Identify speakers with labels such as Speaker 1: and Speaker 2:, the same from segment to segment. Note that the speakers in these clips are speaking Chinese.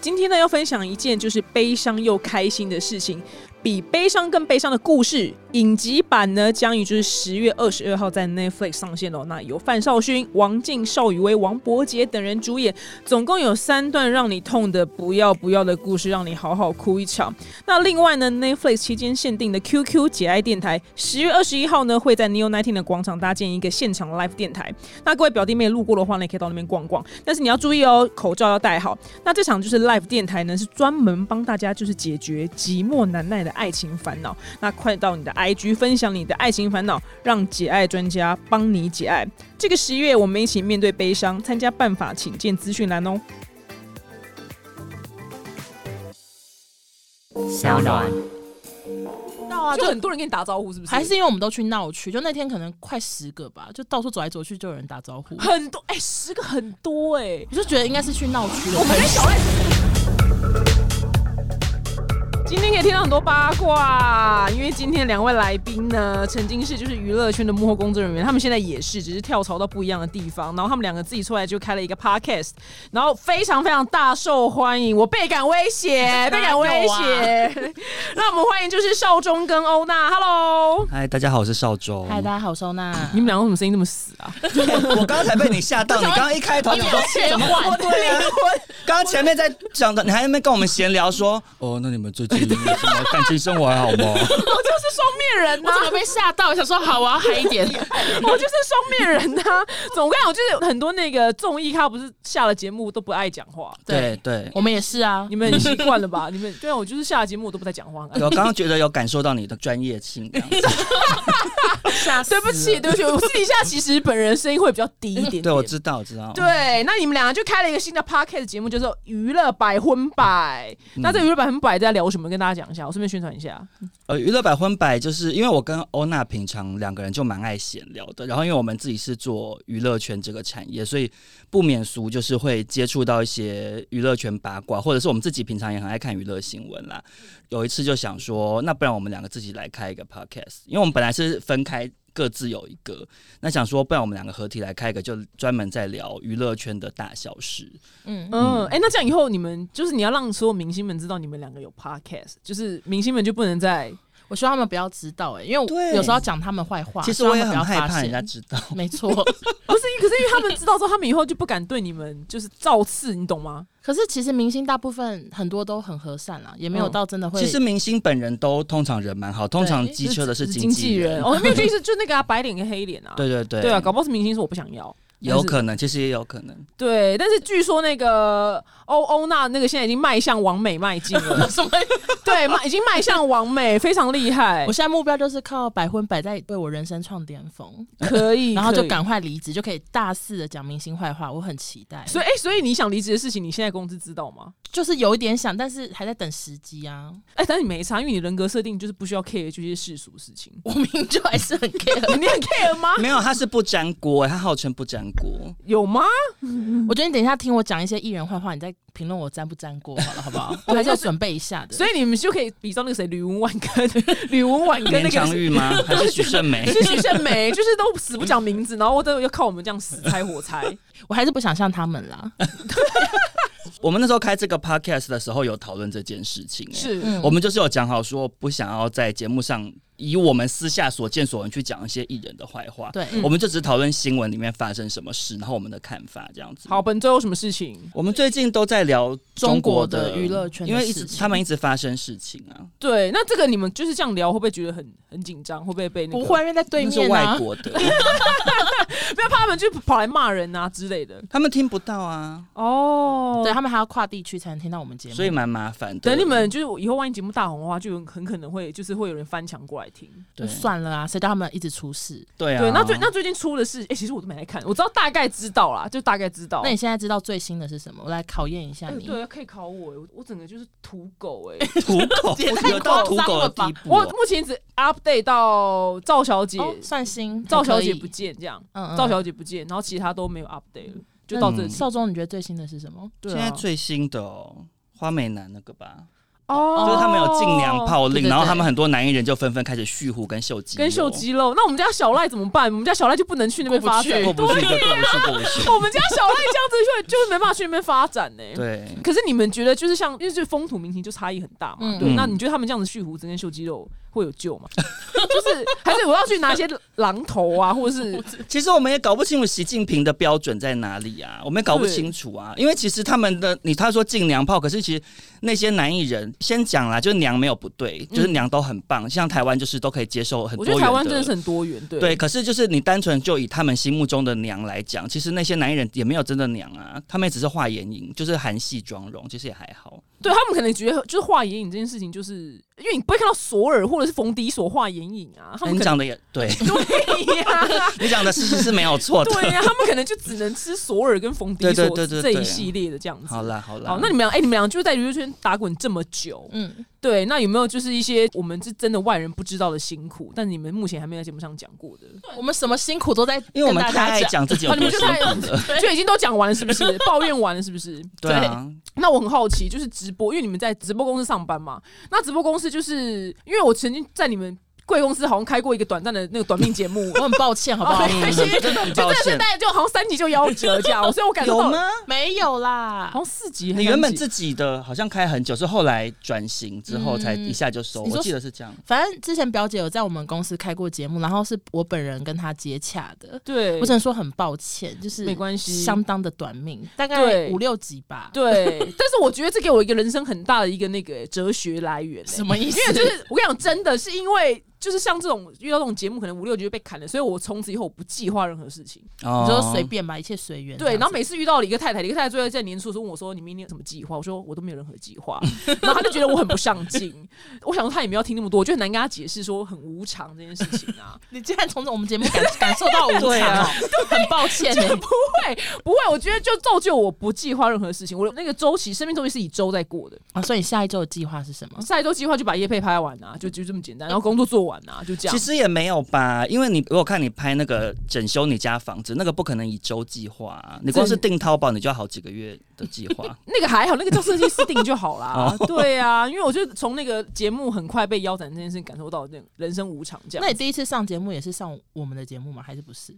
Speaker 1: 今天呢，要分享一件就是悲伤又开心的事情，比悲伤更悲伤的故事影集版呢，将于就是十月二十二号在 Netflix 上线哦。那由范少勋、王静、邵雨薇、王伯杰等人主演，总共有三段让你痛的不要不要的故事，让你好好哭一场。那另外呢，Netflix 期间限定的 QQ 解爱电台，十月二十一号呢会在 Neo Nineteen 的广场搭建一个现场 live 电台。那各位表弟妹路过的话呢，也可以到那边逛逛，但是你要注意哦，口罩要戴好。那这场就是 live 电台呢，是专门帮大家就是解决寂寞难耐的爱情烦恼。那快到你的 IG 分享你的爱情烦恼，让解爱专家帮你解爱。这个十月，我们一起面对悲伤，参加办法请见资讯栏哦。
Speaker 2: 小暖，
Speaker 3: 到啊，
Speaker 1: 就
Speaker 3: 就
Speaker 1: 很多人跟你打招呼，是不是？
Speaker 3: 还是因为我们都去闹区，就那天可能快十个吧，就到处走来走去，就有人打招呼。
Speaker 1: 很多哎、十个很多哎、
Speaker 3: 我就觉得应该是去闹区的朋友。
Speaker 1: 我们在小爱。今天可以听到很多八卦，因为今天两位来宾呢，曾经是就是娱乐圈的幕后工作人员，他们现在也是，只是跳槽到不一样的地方。然后他们两个自己出来就开了一个 podcast，然后非常非常大受欢迎，我倍感威胁，倍感威胁。那我们欢迎就是少中跟欧娜，Hello，
Speaker 2: 嗨，大家好，我是少周。
Speaker 3: 嗨，大家好，我是欧 娜。
Speaker 1: 你们两个为什么声音那么死啊？
Speaker 2: 我刚才被你吓到，你刚刚一开头你说
Speaker 3: 切换
Speaker 1: 我的灵魂。
Speaker 2: 刚刚前面在讲的，你还在那边跟我们闲聊说，哦，那你们最近有什么感情生活还好吗？
Speaker 1: 我就是双面人
Speaker 3: 我
Speaker 1: 呐、
Speaker 3: 怎么被吓到？我想说好，我要嗨一 点。
Speaker 1: 我就是双面人啊呐、总归我就是很多那个综艺咖，不是下了节目都不爱讲话。
Speaker 2: 对对，
Speaker 3: 我们也是啊
Speaker 1: 你，们很习惯了吧？你们对啊，我就是下了节目我都不太讲话。啊
Speaker 2: 我刚刚觉得有感受到你的专业性，这样子
Speaker 3: 吓死
Speaker 1: 对
Speaker 3: 了
Speaker 1: 不起，对不起，我私底下其实本人声音会比较低一点点。
Speaker 2: 对我知道，我知道。
Speaker 1: 对，那你们两个就开了一个新的 podcast 节目，叫做《娱乐百分百》。那这《娱乐百分百》在聊什么？跟大家讲一下，我顺便宣传一下。
Speaker 2: 呃，娱乐百分百就是因为我跟欧娜平常两个人就蛮爱闲聊的，然后因为我们自己是做娱乐圈这个产业，所以不免俗就是会接触到一些娱乐圈八卦，或者是我们自己平常也很爱看娱乐新闻啦。有一次就想说，那不然我们两个自己来开一个 podcast，因为我们本来是分开。各自有一个，那想说，不然我们两个合体来开一个，就专门在聊娱乐圈的大小事。
Speaker 3: 嗯，
Speaker 1: 嗯，哎、那这样以后你们就是你要让所有明星们知道你们两个有 podcast，就是明星们就不能再
Speaker 3: 我希望他们不要知道哎、因为我
Speaker 2: 对
Speaker 3: 有时候讲他们坏话，
Speaker 2: 其实我
Speaker 3: 希
Speaker 2: 也
Speaker 3: 望
Speaker 2: 很
Speaker 3: 他们不要
Speaker 2: 害
Speaker 3: 发
Speaker 2: 怕人
Speaker 3: 现
Speaker 2: 家知道，
Speaker 3: 没 错，
Speaker 1: 不是，可是因为他们知道之后，他们以后就不敢对你们就是造次，你懂吗？
Speaker 3: 可是其实明星大部分很多都很和善啦，也没有
Speaker 1: 嗯
Speaker 3: 到真的会。
Speaker 2: 其实明星本人都通常人蛮好，通常机车的是
Speaker 1: 经
Speaker 2: 经纪人。
Speaker 1: 哦，没有就是就那个啊，白脸跟黑脸啊，
Speaker 2: 对对对，
Speaker 1: 对啊，搞不好是明星说我不想要，
Speaker 2: 有
Speaker 1: 能
Speaker 2: 可能，其实也有可能。
Speaker 1: 对，但是据说那个欧欧娜那个现在已经迈向完美迈进 了，
Speaker 3: 什么？
Speaker 1: 对，迈已经迈向完美，非常厉害
Speaker 3: 我，现在目标就是靠百分百在为我人生创巅峰，
Speaker 1: 可以，
Speaker 3: 然后
Speaker 1: 可以
Speaker 3: 就。赶快离职，就可以大肆的讲明星坏话，我很期待。
Speaker 1: 所以，哎、所以你想离职的事情，你现在公司知道吗？
Speaker 3: 就是有一点想，但是还在等时机啊。
Speaker 1: 哎、但是你没差，因为你人格设定就是不需要 care 这些世俗事情。
Speaker 3: 我明明就还是很 care，
Speaker 1: 你很 care 吗？
Speaker 2: 没有，他是不粘 锅，他号称不粘锅。
Speaker 1: 有吗？
Speaker 3: 我觉得你等一下听我讲一些艺人坏话，你再评论我沾不沾锅好了，好 不好？我还是要准备一下的。
Speaker 1: 所以你们就可以比照那个谁，吕文婉跟 吕文婉 跟那
Speaker 2: 连
Speaker 1: 个
Speaker 2: 长玉吗？还是许胜梅？
Speaker 1: 是徐胜梅， 就是都死不讲名字，然后都要靠我们这样死猜活 猜。
Speaker 3: 我还是不想像他们啦。
Speaker 2: 我们那时候开这个 podcast 的时候有讨论这件事情、欸，
Speaker 1: 是
Speaker 3: 嗯
Speaker 2: 我们就是有讲好说，不想要在节目上以我们私下所见所闻去讲一些艺人的坏话。
Speaker 3: 对，
Speaker 2: 我们就只讨论新闻里面发生什么事，然后我们的看法这样子。
Speaker 1: 好，本周有什么事情？
Speaker 2: 我们最近都在聊中国
Speaker 3: 中国的娱乐圈的
Speaker 2: 因为一直
Speaker 3: 事情
Speaker 2: 他们一直发生事情啊，
Speaker 1: 对，那这个你们就是这样聊，会不会觉得很很紧张？会不会被那个？
Speaker 3: 不，会，因为在对
Speaker 2: 那是
Speaker 3: 面
Speaker 2: 外
Speaker 3: 啊。
Speaker 2: 国 的，
Speaker 1: 不要怕他们就跑来骂人啊之类的。
Speaker 2: 他们听不到啊，
Speaker 1: 哦，
Speaker 3: 对。他们还要跨地区才能听到我们节目，
Speaker 2: 所以蛮麻烦的。
Speaker 1: 等你们就是以后万一节目大红的话，就有很可能会就是会有人翻墙过来听。
Speaker 2: 对
Speaker 3: 算了啊，谁叫他们一直出事？
Speaker 2: 对啊，
Speaker 1: 对，那最那最近出的事，哎、其实我都没来看，我知道大概知道啦，就大概知道。
Speaker 3: 那你现在知道最新的是什么？我来考验一下
Speaker 1: 哎
Speaker 3: 你。
Speaker 1: 对，可以考我，我我整个就是土狗哎、
Speaker 2: 土狗
Speaker 3: 也太
Speaker 2: 有到土
Speaker 3: 夸张
Speaker 2: 狗的
Speaker 3: 了吧
Speaker 2: 地步
Speaker 1: 我
Speaker 2: 哦、
Speaker 1: 目前只 update 到赵小姐，
Speaker 3: 嗯哦，算新，
Speaker 1: 赵
Speaker 3: 还可
Speaker 1: 小
Speaker 3: 以
Speaker 1: 姐不，见这样，
Speaker 3: 嗯嗯
Speaker 1: 赵小姐不见，然后其他都没有 update 了，就到这里。
Speaker 3: 少中，你觉得最新的是什么？
Speaker 1: 对
Speaker 2: 现
Speaker 1: 啊
Speaker 2: 在最新的、哦、花美男那个吧，
Speaker 1: 哦
Speaker 2: 就是他们有禁娘炮
Speaker 3: 对
Speaker 2: 令，
Speaker 3: 对
Speaker 2: 然后他
Speaker 3: 对
Speaker 2: 们很多男艺人就纷纷开始蓄胡跟秀肌，
Speaker 1: 跟秀，肌肉。那我们家小赖怎么办？我们家小赖就不能去那边
Speaker 3: 过不
Speaker 1: 发
Speaker 3: 去
Speaker 1: 展，
Speaker 2: 过不去就
Speaker 1: 对啊
Speaker 2: 过不去，过不去。
Speaker 1: 我们家小赖这样子 就就是没办法去那边发展呢、。
Speaker 2: 对，
Speaker 1: 可是你们觉得就是像，因为这风土民情就差异很大嘛，
Speaker 3: 嗯
Speaker 1: 对？
Speaker 2: 嗯
Speaker 1: 那你觉得他们这样子蓄胡子跟秀肌肉会有救吗？ 就是还是我要去拿一些榔头啊， 或者是
Speaker 2: 其实我们也搞不清楚习近平的标准在哪里啊，我们也搞不清楚啊，因为其实他们的你他说禁娘炮，可是其实那些男艺人先讲啦，就是娘没有不对，就是娘都很棒，像台湾就是都可以接受很
Speaker 1: 嗯我
Speaker 2: 多
Speaker 1: 觉
Speaker 2: 元
Speaker 1: 得
Speaker 2: 的。
Speaker 1: 台湾真的是很多元，对
Speaker 2: 对，可是就是你单纯就以他们心目中的娘来讲，其实那些男艺人也没有真的娘啊，他们也只是画眼影，就是韩系妆容，其实也还好。
Speaker 1: 对他们可能觉得就是画眼影这件事情，就是因为你不会看到索尔或者是冯迪所画眼影啊，他
Speaker 2: 哎
Speaker 1: 们
Speaker 2: 你
Speaker 1: 可能
Speaker 2: 讲哦的也 对，
Speaker 1: 对 呀、
Speaker 2: 你讲的事实是没有错的。
Speaker 1: 对啊呀、他们可能就只能吃索尔跟冯迪
Speaker 2: 对对
Speaker 1: 索
Speaker 2: 对
Speaker 1: 这
Speaker 2: 对对
Speaker 1: 一系列的这样子。
Speaker 2: 好啦好啦，
Speaker 1: 好，那你们俩，哎、你们俩就是在娱乐圈打滚这么久，
Speaker 3: 嗯，
Speaker 1: 对，那有没有就是一些我们是真的外人不知道的辛苦，但你们目前还没有在节目上讲过 的，
Speaker 3: 我们什么辛苦都在
Speaker 2: 因为我
Speaker 3: 跟
Speaker 2: 们
Speaker 3: 大
Speaker 2: 太
Speaker 3: 家
Speaker 2: 爱
Speaker 3: 讲，，
Speaker 2: 讲自己有
Speaker 1: 哦你
Speaker 2: 多
Speaker 1: 们
Speaker 2: 辛
Speaker 1: 就太
Speaker 2: 苦了，
Speaker 1: 就已经都讲完了，是不是？抱怨完了，是不是？
Speaker 2: 对啊，
Speaker 1: 那我很好奇，就是直播，因为你们在直播公司上班嘛，那直播公司就是因为我曾经在你们贵公司好像开过一个短暂的那个短命 节目
Speaker 3: 我很抱歉，好不 好？
Speaker 1: 哦 开心，
Speaker 2: 嗯真的很
Speaker 1: 就真
Speaker 2: 抱
Speaker 1: 的是
Speaker 2: 歉。
Speaker 1: 大概就好像三集就夭折这样，所以我感受
Speaker 2: 有
Speaker 1: 到了
Speaker 2: 吗？
Speaker 3: 没有啦
Speaker 1: 好，像四集还是三集，
Speaker 2: 你原本自己的好像开很久，是后来转型之后才一下就收，
Speaker 3: 嗯你说
Speaker 2: 我记得是这样。
Speaker 3: 反正之前表姐有在我们公司开过节目，然后是我本人跟她接洽的。
Speaker 1: 对
Speaker 3: 我只能说很抱歉，就是
Speaker 1: 没关系
Speaker 3: 相当的短命，大
Speaker 1: 对
Speaker 3: 概五六集吧。，
Speaker 1: 对，但是我觉得这给我一个人生很大的一个那个欸哲学来源、欸
Speaker 3: 什。么意思？
Speaker 1: 因为就是 我跟你讲，真的是因为就是像这种遇到这种节目，可能五六集就被砍了，所以我从此以后我不计划任何事情。
Speaker 2: 哦
Speaker 3: 你说随便吧，一切随缘。
Speaker 1: 对，
Speaker 3: 这样
Speaker 1: 然后
Speaker 3: 子
Speaker 1: 每次遇到了一个太太，一个太太最后在年初的时候问我说：“你明年有什么计划？”我说：“我都没有任何计 划。”然后他就觉得我很不上进。我想说他也没有听那么多，我就很难跟他解释说很无常这件事情啊。
Speaker 3: 你竟然从我们节目感感受到无常
Speaker 2: 对啊
Speaker 3: 哦， 很抱 歉欸呢。
Speaker 1: 不会，不会，我觉得就造就我不计划任何事情。我那个周期，生命周期是以周在过的，
Speaker 3: 啊，所以你下一周的计划是什么？
Speaker 1: 下一周计划就把夜配拍完啊，就就这么简单，然后工作做完啊，就这样。
Speaker 2: 其。实也没有吧，因为你我有看你拍那个整修你家房子，那个不可能以周计划、啊，你光是订淘宝你就要好几个月的计划
Speaker 1: 那个还好，那个叫设计师定就好啦。
Speaker 3: 哦
Speaker 1: 对啊，因为我就从那个节目很快被腰斩这件事情感受到那种人生无常这样
Speaker 3: 那。你第一次上节目也是上我们的节目吗？还是不是？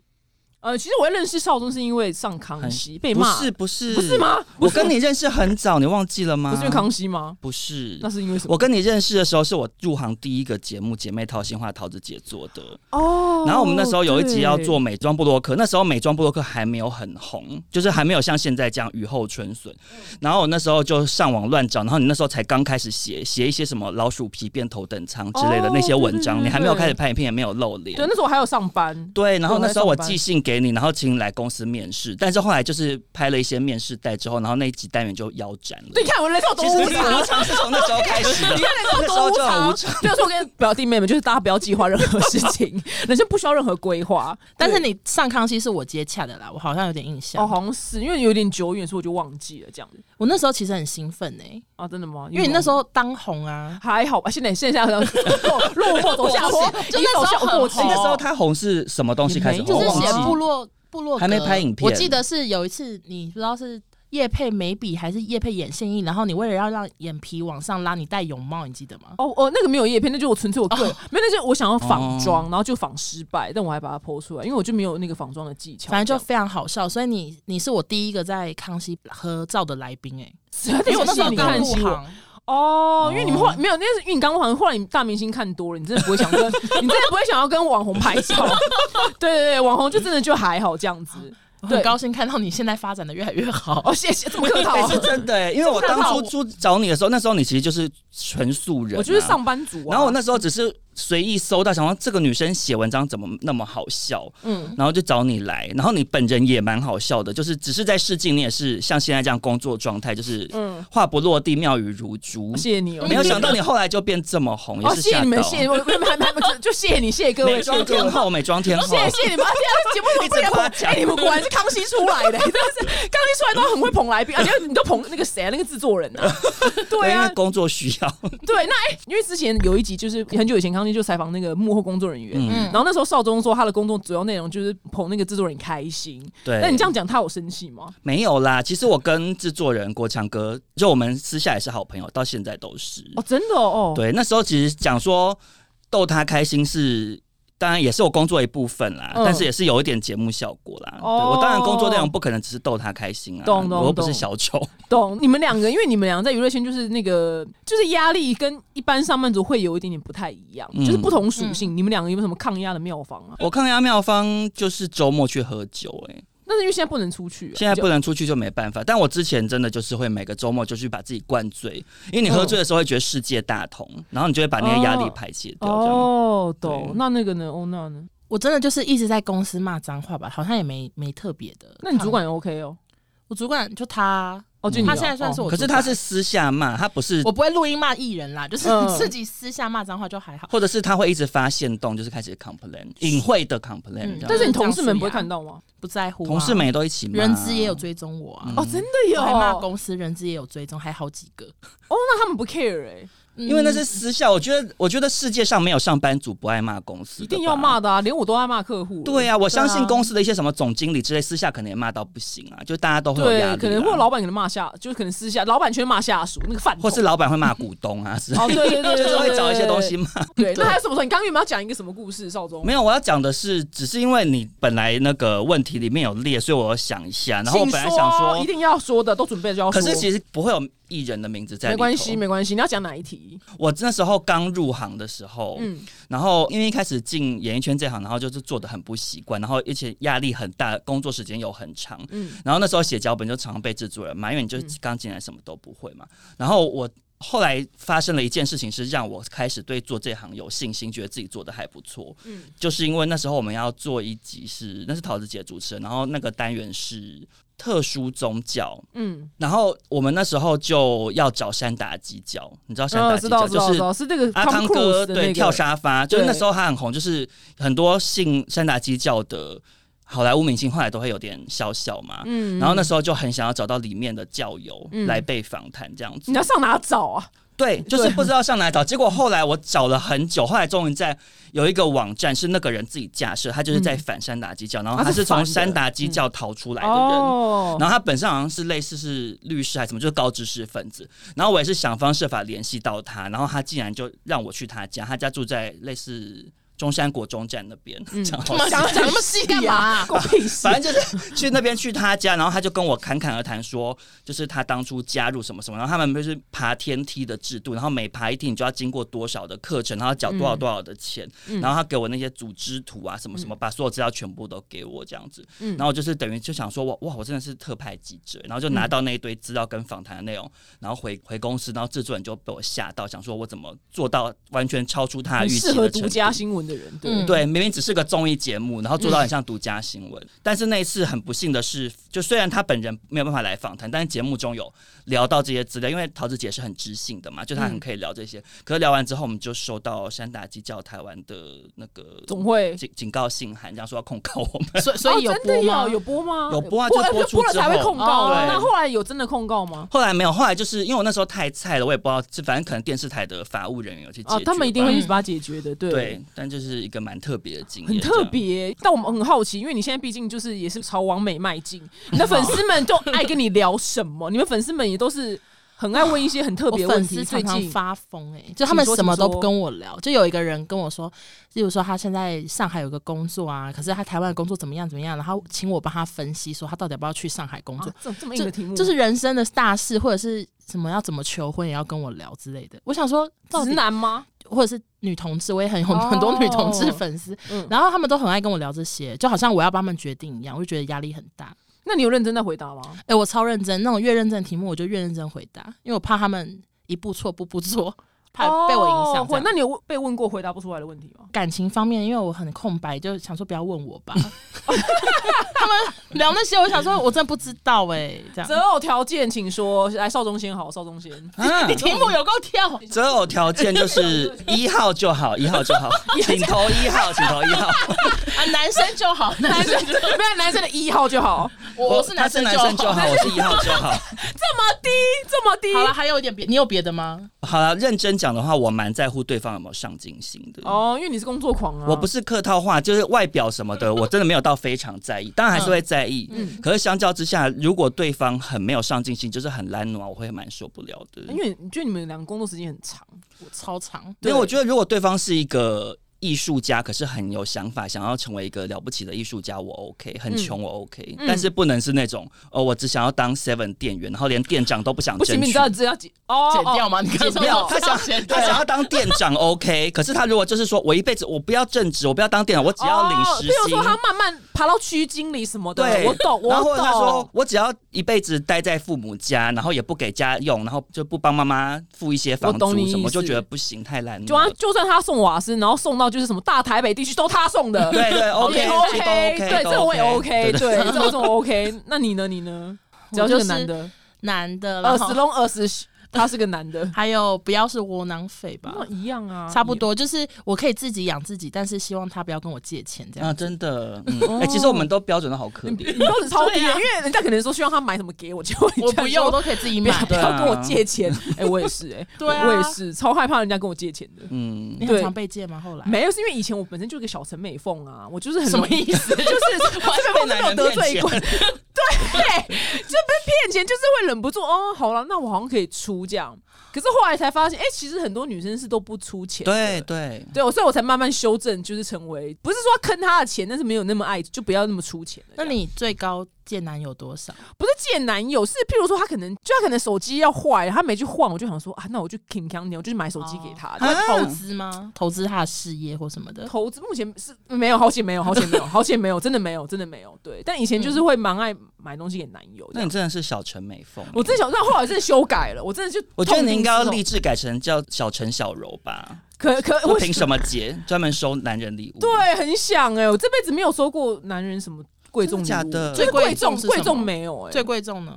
Speaker 1: 呃，其实我会认识少宗是因为上康熙 被
Speaker 2: 不
Speaker 1: 骂，
Speaker 2: 是不是
Speaker 1: 不是？吗？
Speaker 2: 我跟啊你认识很早，你忘记了吗？
Speaker 1: 不是因为康熙吗？
Speaker 2: 不是
Speaker 1: 那。是因为什么？
Speaker 2: 我跟你认识的时候，是我入行第一个节目《姐妹掏心话》，桃子姐做的。
Speaker 1: 哦
Speaker 2: 然后我们那时候有一集要
Speaker 1: 对
Speaker 2: 做美妆布洛克，那时候美妆布洛克还没有很红，就是还没有像现在这样雨后春笋。然后我那时候就上网乱找，然后你那时候才刚开始写写一些什么老鼠皮变头等舱之类的
Speaker 1: 哦
Speaker 2: 那些文章，
Speaker 1: 对对对
Speaker 2: 你还没有开始拍影片，也没有露脸
Speaker 1: 对，。那时候我还有上班，
Speaker 2: 对，然后那时候我
Speaker 1: 对我还上班
Speaker 2: 寄信给你，然后请你来公司面试，但是后来就是拍了一些面试带之后，然后那一集单元就腰斩了。
Speaker 1: 对，你看我人生有多
Speaker 2: 其实
Speaker 1: 无
Speaker 2: 无
Speaker 1: 常。
Speaker 2: 常是从那时候开始 的，
Speaker 1: 那
Speaker 2: 那时候就很无常。
Speaker 1: 就是我跟表弟妹妹，就是大家不要计划任何事 情，人生不需要任何规划。
Speaker 3: 但是
Speaker 1: 对
Speaker 3: 你上康熙是我接洽的啦，我好像有点印象。
Speaker 1: 哦，好像是因为有点久远，所以我就忘记了这样子
Speaker 3: 我那时候其实很兴奋呢、欸
Speaker 1: 啊，真的吗？
Speaker 3: 因为你那时
Speaker 1: 候。
Speaker 3: 候当红啊，
Speaker 1: 还好吧，现在现在好像 落落寞走下坡，
Speaker 3: 就
Speaker 1: 一
Speaker 3: 那
Speaker 1: 走
Speaker 3: 时
Speaker 1: 下
Speaker 3: 候很
Speaker 1: 坡
Speaker 3: 红
Speaker 1: 去
Speaker 2: 所以那时候他红是什么东西开始
Speaker 1: 也
Speaker 2: 红？
Speaker 1: 没有
Speaker 2: 我
Speaker 3: 就是
Speaker 2: 哦忘
Speaker 3: 写
Speaker 2: 记
Speaker 3: 部落部落格，
Speaker 2: 还没拍影片
Speaker 3: 我记得是有一次你不知道是叶配眉笔还是叶配眼线印，然后你为了要让眼皮往上拉，你戴泳帽，你记得吗？
Speaker 1: 哦哦，那个没有叶片，那就是我纯粹我个人，没有，那就是我想要仿
Speaker 2: 哦
Speaker 1: 妆，然后就仿失败，但我还把它剖出来，因为我就没有那个仿妆的技巧。
Speaker 3: 反正就非常好笑，所以你你是我第一个在康熙合照的来宾哎、
Speaker 1: 就， 因
Speaker 3: 因为我那时候
Speaker 1: 你
Speaker 3: 刚
Speaker 1: 看
Speaker 3: 入
Speaker 1: 新闻
Speaker 3: 行，
Speaker 1: 哦，因为你们后来没有，那是因为你刚入行，后来你大明星看多了，你真的不会想跟， 你真的不会想要跟网红拍照。 对对对，网红就真的就还好这样子。
Speaker 3: 我
Speaker 1: 对
Speaker 3: 很高兴看到你现在发展的越来越好
Speaker 1: 哦，。谢谢，这么客套
Speaker 2: 哎、
Speaker 1: 啊。
Speaker 2: 是真的、欸，因为我当初出找你的时候，那时候你其实就是纯素人、啊，
Speaker 1: 我就是上班族啊。
Speaker 2: 然后我那时候只是随意搜到，想说这个女生写文章怎么那么好笑，
Speaker 1: 嗯，
Speaker 2: 然后就找你来，然后你本人也蛮好笑的，就是只是在试镜，你也是像现在这样工作状态，就是
Speaker 1: 嗯
Speaker 2: 话不落地，妙语如珠。
Speaker 1: 谢谢你哦，
Speaker 2: 没有想到你后来就变这么红，也
Speaker 1: 哦，
Speaker 2: 是
Speaker 1: 谢谢
Speaker 2: 吓
Speaker 1: 你
Speaker 2: 到啊
Speaker 1: 们，。谢谢我，我还还就就谢谢你，谢谢各位，
Speaker 2: 美
Speaker 1: 谢谢
Speaker 2: 妆
Speaker 1: 各位
Speaker 2: 天。后，美妆天后
Speaker 1: 谢，谢谢谢你们，而且节目怎么不
Speaker 2: 一直夸
Speaker 1: 能捧？
Speaker 2: 奖
Speaker 1: 哎，你们果然是康熙出来 的，真的是康熙出来都很会捧来宾，而且你都捧那个谁啊，那个 制作人啊，对
Speaker 2: 因
Speaker 1: 啊
Speaker 2: 为，工作需要，
Speaker 1: 对，那哎、因为之前有一集就是很久以前康天就采访那个幕后工作人员，
Speaker 2: 嗯，
Speaker 3: 嗯
Speaker 1: 然后那时候邵宗说他的工作主要内容就是捧那个制作人开心。
Speaker 2: 对。
Speaker 1: 那你这样讲，他有生气吗？
Speaker 2: 没有啦，其实我跟制作人国强哥，就我们私下也是好朋友，到现在都是。
Speaker 1: 哦，真的哦，哦，
Speaker 2: 对，那时候其实讲说逗他开心是。当然也是我工作一部分啦，
Speaker 1: 嗯
Speaker 2: 但是也是有一点节目效果啦。对
Speaker 1: 哦
Speaker 2: 我当然工作内容不可能只是逗他开心啊，
Speaker 1: 懂懂
Speaker 2: 我又不是
Speaker 1: 懂
Speaker 2: 小丑。
Speaker 1: 懂。你们两个，因为你们两个在娱乐圈就是那个，就是压力跟一般上班族会有一点点不太一样，
Speaker 2: 嗯
Speaker 1: 就是不同属性。你们两个有没有什么抗压的妙方啊？
Speaker 2: 我抗压妙方就是周末去喝酒、欸，
Speaker 1: 但是因为现在不能出去、啊，
Speaker 2: 现在不
Speaker 1: 就
Speaker 2: 能出去就没办法。但我之前真的就是会每个周末就去把自己灌醉，因为
Speaker 1: 嗯
Speaker 2: 你喝醉的时候会觉得世界大同，然后你就会把那个压力排解掉。这样
Speaker 1: 哦，懂
Speaker 2: 对。
Speaker 1: 那那个呢？哦，那呢？
Speaker 3: 我真的就是一直在公司骂脏话吧，好像也没没特别的。
Speaker 1: 那你主管也 OK 哦？
Speaker 3: 我主管就他，
Speaker 1: 哦，就你哦、
Speaker 3: 他现在算是
Speaker 1: 哦
Speaker 3: 我
Speaker 2: 可
Speaker 3: 主管，
Speaker 2: 是嗯他是私下骂，他不是
Speaker 3: 我不会录音骂艺人啦，就是
Speaker 1: 嗯
Speaker 3: 自己私下骂脏话就还好。
Speaker 2: 或者是他会一直发现动，就是开始 complain，隐晦的 complain
Speaker 3: 嗯
Speaker 2: 这样。
Speaker 1: 但是你同事
Speaker 3: 这样
Speaker 1: 们
Speaker 3: 子
Speaker 1: 不会
Speaker 3: 呀
Speaker 1: 看到吗？
Speaker 3: 不在乎、啊。
Speaker 2: 同事们也都一起骂，
Speaker 3: 人资也有追踪我啊，
Speaker 2: 嗯
Speaker 1: 哦，真的有，
Speaker 3: 我还骂公司人资也有追踪，还好几个。
Speaker 1: 那他们不 care 哎、
Speaker 3: 嗯
Speaker 2: 因为那是私下。我觉得，我觉得世界上没有上班族不爱骂公司，
Speaker 1: 一定要。骂的啊，连我都爱骂客户。
Speaker 2: 对啊，我相信
Speaker 3: 对啊
Speaker 2: 公司的一些什么总经理之类，私下可能也骂到不行啊，就大家都会有压
Speaker 1: 对，
Speaker 2: 力啊，
Speaker 1: 可能或老板可能骂下，就是可能私下老板全骂下属那个饭桶，
Speaker 2: 或是老板会骂股东啊，是
Speaker 1: 哦，对对对对，
Speaker 2: 就是会找一些东西
Speaker 1: 对。
Speaker 2: 骂。
Speaker 1: 对，对那还有什么时候？你刚刚有没有要讲一个什么故事？少宗
Speaker 2: 没有，我要讲的是，只是因为你本来那个问题里面有列，所以我想一下，然后我
Speaker 1: 请
Speaker 2: 本来想
Speaker 1: 说一
Speaker 2: 说，
Speaker 1: 定要说的，都准备了就要说。
Speaker 2: 可是其实不会有艺人的名字在
Speaker 1: 哦
Speaker 2: 里
Speaker 1: 没
Speaker 2: 头。
Speaker 1: 关系，没关系。你要讲哪一题？
Speaker 2: 我那时候刚入行的时候，
Speaker 1: 嗯，
Speaker 2: 然后因为一开始进演艺圈这行，然后就是做的很不习惯，然后而且压力很大，工作时间又很长。
Speaker 1: 嗯
Speaker 2: 然后那时候写脚本就常常被制作人骂，因为你就刚进来什么都不会嘛。
Speaker 1: 嗯
Speaker 2: 然后我后来发生了一件事情，是让我开始对做这行有信心，觉得自己做的还不错。
Speaker 1: 嗯
Speaker 2: 就是因为那时候我们要做一集是那是桃子姐主持人，然后那个单元是特殊宗教，
Speaker 1: 嗯，
Speaker 2: 然后我们那时候就要找山达基教，你知道山达
Speaker 1: 嗯
Speaker 2: 基
Speaker 1: 知
Speaker 2: 教
Speaker 1: 道知
Speaker 2: 就
Speaker 1: 道
Speaker 2: 是
Speaker 1: 知道，是那个
Speaker 2: 阿
Speaker 1: Tom
Speaker 2: 汤
Speaker 1: Cruise
Speaker 2: 哥
Speaker 1: 的
Speaker 2: 对
Speaker 1: 那
Speaker 2: 跳
Speaker 1: 个，
Speaker 2: 沙发，就是
Speaker 1: 对
Speaker 2: 那时候他很红，就是很多信山达基教的好莱坞明星后来都会有点小小嘛。
Speaker 1: 嗯
Speaker 2: 然后那时候就很想要找到里面的教友
Speaker 1: 嗯
Speaker 2: 来被访谈这样子
Speaker 1: 你，要上哪找啊？
Speaker 2: 对，就是
Speaker 1: 对
Speaker 2: 不知道上哪找。结果后来我找了很久，后来终于在有一个网站是那个人自己架设，他就是在反山达基教，然后
Speaker 1: 啊
Speaker 2: 他
Speaker 1: 嗯是
Speaker 2: 是
Speaker 1: 反
Speaker 2: 从
Speaker 1: 的
Speaker 2: 山达基教逃出来的人，
Speaker 1: 哦，
Speaker 2: 然后他本身好像是类似是律师还是什么，就是高知识分子。然后我也是想方设法联系到他，然后他竟然就让我去他家，他家住在类似中山国中站那边，
Speaker 1: 嗯
Speaker 2: 这样好
Speaker 3: 干嘛
Speaker 1: 讲
Speaker 3: 讲
Speaker 1: 讲
Speaker 3: 讲
Speaker 1: 那
Speaker 3: 那
Speaker 1: 么
Speaker 3: 么
Speaker 1: 细
Speaker 3: 细
Speaker 1: 干
Speaker 3: 干
Speaker 1: 嘛
Speaker 3: 嘛
Speaker 1: 啊？关我屁事！
Speaker 2: 反正就是去那边去他家，然后他就跟我侃侃而谈说，就是他当初加入什么什么，然后他们就是爬天梯的制度，然后每爬一梯你就要经过多少的课程，然后缴多少多少的钱，
Speaker 1: 嗯
Speaker 2: 然后他给我那些组织图啊什么什么，把所有资料全部都给我这样子，
Speaker 1: 嗯
Speaker 2: 然后我就是等于就想说哇哇，我真的是特派记者，然后就
Speaker 1: 嗯
Speaker 2: 拿到那一堆资料跟访谈的内容，然后回回公司，然后制作人就被我吓到，想说我怎么做到完全超出他的
Speaker 1: 很
Speaker 2: 预期
Speaker 1: 适
Speaker 2: 的
Speaker 1: 合
Speaker 2: 程
Speaker 1: 独
Speaker 2: 度
Speaker 1: 家新闻的人，对。
Speaker 3: 嗯
Speaker 2: 对，明明只是个综艺节目，然后
Speaker 1: 嗯
Speaker 2: 做到很像独家新闻。但是那一次很不幸的是，就虽然他本人没有办法来访谈，但是节目中有聊到这些资料，因为桃子姐是很知性的嘛，就她
Speaker 1: 嗯
Speaker 2: 很可以聊这些。可是聊完之后，我们就收到山达基教台湾的那个
Speaker 1: 总会
Speaker 2: 警警告信函，这样说要控告我们。
Speaker 3: 所以所以有
Speaker 1: 哦真的
Speaker 3: 播吗？
Speaker 1: 有有播吗？
Speaker 2: 有播啊
Speaker 1: 哦播
Speaker 2: 就播出
Speaker 1: 了
Speaker 2: 之
Speaker 1: 才会
Speaker 2: 后
Speaker 1: 控告啊。
Speaker 2: 哦对
Speaker 1: 那后来有真的控告吗？
Speaker 2: 后来没有，后来就是因为我那时候太菜了，我也不知道，就反正可能电视台的法务人员有去解决吧、
Speaker 1: 啊，他们一定会一直把它解决的，对。
Speaker 2: 对，但就是一个蛮特别的经
Speaker 1: 很
Speaker 2: 验，
Speaker 1: 特。别，但我们很好奇，因为你现在毕竟就是也是朝往美迈进，你的粉丝们 都爱跟你聊什么？你们粉丝们也都是很爱问一些很特
Speaker 3: 我
Speaker 1: 别的问
Speaker 3: 粉
Speaker 1: 题。
Speaker 3: 丝
Speaker 1: 最
Speaker 3: 常常
Speaker 1: 近
Speaker 3: 发疯哎、就他们
Speaker 1: 请说
Speaker 3: 什么
Speaker 1: 请说
Speaker 3: 都不跟我聊。就有一个人跟我说，例如说他现在上海有个工作啊，可是他台湾的工作怎么样怎么样，然后请我帮他分析说他到底要不要去上海工作
Speaker 1: 啊。，这这么硬
Speaker 3: 这
Speaker 1: 的题目，
Speaker 3: 这是人生的大事，或者是什么要怎么求婚也要跟我聊之类的。我想说，到
Speaker 1: 直
Speaker 3: 底
Speaker 1: 男吗？
Speaker 3: 或者是女同志，我也很有
Speaker 1: 哦
Speaker 3: 很多女同志粉丝，
Speaker 1: 嗯
Speaker 3: 然后他们都很爱跟我聊这些，就好像我要帮他们决定一样，我就觉得压力很大。
Speaker 1: 那你有认真在回答吗？
Speaker 3: 哎、我超认真，那种越认真的题目我就越认真回答，因为我怕他们一步错步步错，怕被我影
Speaker 1: 哦
Speaker 3: 响这
Speaker 1: 会
Speaker 3: 样。
Speaker 1: 那你有问被问过回答不出来的问题吗？
Speaker 3: 感情方面，因为我很空白，就想说不要问我吧。他们聊那些，我想说我真的不知道哎、这
Speaker 1: 择
Speaker 3: 样
Speaker 1: 偶条件，请说。来，少中先好，少中先。
Speaker 2: 啊
Speaker 3: 题目有够跳。
Speaker 2: 择偶条件就是 一号就好，一号就好，请投一号，请投一号。
Speaker 3: 啊，男生就好，男
Speaker 1: 男
Speaker 3: 生
Speaker 1: 生 没有男生的一号就好，
Speaker 3: 我我是男生
Speaker 2: 他是男生
Speaker 3: 就
Speaker 2: 就
Speaker 3: 好。
Speaker 2: 好，我是一号就好。
Speaker 1: 这么低，这么低？
Speaker 3: 好了，还有一点别，你有别的吗？
Speaker 2: 好了，认真讲的话，我蛮在乎对方有没有上进心的。
Speaker 1: 哦，因为你是工作狂啊。
Speaker 2: 我不是客套话，就是外表什
Speaker 3: 嗯
Speaker 2: 么的，我真的没有到非常在意，当然还是会在意。
Speaker 1: 嗯
Speaker 2: 可是相较之下，如果对方很没有上进心，就是很懒惰啊，我会蛮受不了的。
Speaker 1: 因为你觉得你们两个工作时间很长，
Speaker 3: 我超长，
Speaker 2: 因为我觉得，如果对方是一个艺术家，可是很有想法，想要成为一个了不起的艺术家，我 OK；很穷，我 OK、
Speaker 1: 嗯
Speaker 2: 但是不能是那种哦，我只想要当 Seven 店员，然后连店长都不想
Speaker 1: 不
Speaker 2: 争
Speaker 1: 行， 你
Speaker 2: 取
Speaker 1: 知。道这要剪哦，
Speaker 3: 剪掉
Speaker 1: 哦
Speaker 3: 吗？你刚刚说
Speaker 1: 没有
Speaker 3: 他想剪
Speaker 2: 他
Speaker 3: 掉
Speaker 2: 想要当店 长，OK。可是他如果就是说我一辈子我不要正职，我不要当店长，我只要领
Speaker 1: 哦
Speaker 2: 时
Speaker 1: 比如
Speaker 2: 薪。
Speaker 1: 说他慢慢爬到区经理什么的，
Speaker 2: 对，
Speaker 1: 我懂，我
Speaker 2: 然后或
Speaker 1: 懂。
Speaker 2: 者他说，我只要一辈子待在父母家，然后也不给家用，然后就不帮妈妈付一些房
Speaker 1: 我懂
Speaker 2: 租
Speaker 1: 你
Speaker 2: 什么，
Speaker 1: 意
Speaker 2: 我
Speaker 1: 思
Speaker 2: 就觉得不行，太烂
Speaker 1: 就他
Speaker 2: 了。
Speaker 1: 就算他送瓦斯，然后送到就是什么大台北地区都他送的，
Speaker 2: 对对，OK，
Speaker 1: 也
Speaker 2: 都
Speaker 1: OK，对，
Speaker 2: 都
Speaker 1: 这我也
Speaker 2: 对
Speaker 1: OK，
Speaker 2: 对
Speaker 1: 对，这种 OK。那你呢？你呢？只要
Speaker 3: 我
Speaker 1: 是
Speaker 3: 就
Speaker 1: 个
Speaker 3: 是
Speaker 1: 男的，
Speaker 3: 男的，
Speaker 1: 二
Speaker 3: 然
Speaker 1: 十
Speaker 3: 后
Speaker 1: 龙二十，他是个男 的，
Speaker 3: 还有不要是窝囊废吧
Speaker 1: 那，一样啊，
Speaker 3: 差不多就是我可以自己养自己，但是希望他不要跟我借钱这 样。
Speaker 2: 啊，真的，嗯，
Speaker 1: 哦
Speaker 2: 哎、其实我们都标准都好可
Speaker 1: 你。
Speaker 2: 怜。
Speaker 1: 你标准超低的，
Speaker 3: 对啊
Speaker 1: 因为人家可能说希望他买什么给我，结果你
Speaker 3: 我
Speaker 1: 这样
Speaker 3: 不用，
Speaker 1: 说
Speaker 3: 我都可以自 己
Speaker 1: 不
Speaker 3: 买
Speaker 1: 要。不
Speaker 2: 对
Speaker 1: 要
Speaker 2: 啊
Speaker 1: 跟我借钱。哎、我也是哎、
Speaker 3: 对啊
Speaker 1: 我也是超害怕人家跟我借钱的。
Speaker 2: 嗯，
Speaker 3: 你
Speaker 1: 对
Speaker 3: 很常被借吗？后来
Speaker 1: 没有，是因为以前我本身就一个小陈美凤啊，我就是很
Speaker 3: 什么
Speaker 1: 容易
Speaker 3: 意 思？
Speaker 1: 就是这边没有得罪过，对，就被骗钱，就是会忍不住哦，好了，那我好像可以出这样。可是后来才发现，哎、其实很多女生是都不出钱的，
Speaker 2: 对对，
Speaker 1: 对，我所以我才慢慢修正，就是成为不是说坑她的钱，但是没有那么爱，就不要那么出钱了这
Speaker 3: 那
Speaker 1: 样。
Speaker 3: 你最高借男友多少？
Speaker 1: 不是借男友，是譬如说他可能就他可能手机要坏，他没去换，我就想说啊，那我就 king 我就是买手机给
Speaker 2: 啊
Speaker 1: 他。
Speaker 3: 他
Speaker 1: 但
Speaker 3: 会投资吗？投资他的事业或什么的？
Speaker 1: 投资目前是呃没有，好险没有，好险没有，好险没有，真的没有，真的没有。对，但以前就是会蛮爱买东西给男友这
Speaker 2: 那
Speaker 1: 样。
Speaker 2: 你真的是小陈美凤。欸
Speaker 1: 我真的想，那后来真的修改了，我真的 就
Speaker 2: 我觉得
Speaker 1: 痛
Speaker 2: 你
Speaker 1: 定
Speaker 2: 应该要
Speaker 1: 思痛
Speaker 2: 立志改成叫小陈小柔 吧，
Speaker 1: 可可
Speaker 2: 我
Speaker 1: 我
Speaker 2: 凭什么姐专门收男人礼物？
Speaker 1: 对很想哎、我这辈子没有收过男人什么贵重礼物
Speaker 2: 真的假的
Speaker 1: 就是贵重
Speaker 3: 最贵重是什么
Speaker 1: 贵重没有哎、
Speaker 3: 最贵重呢？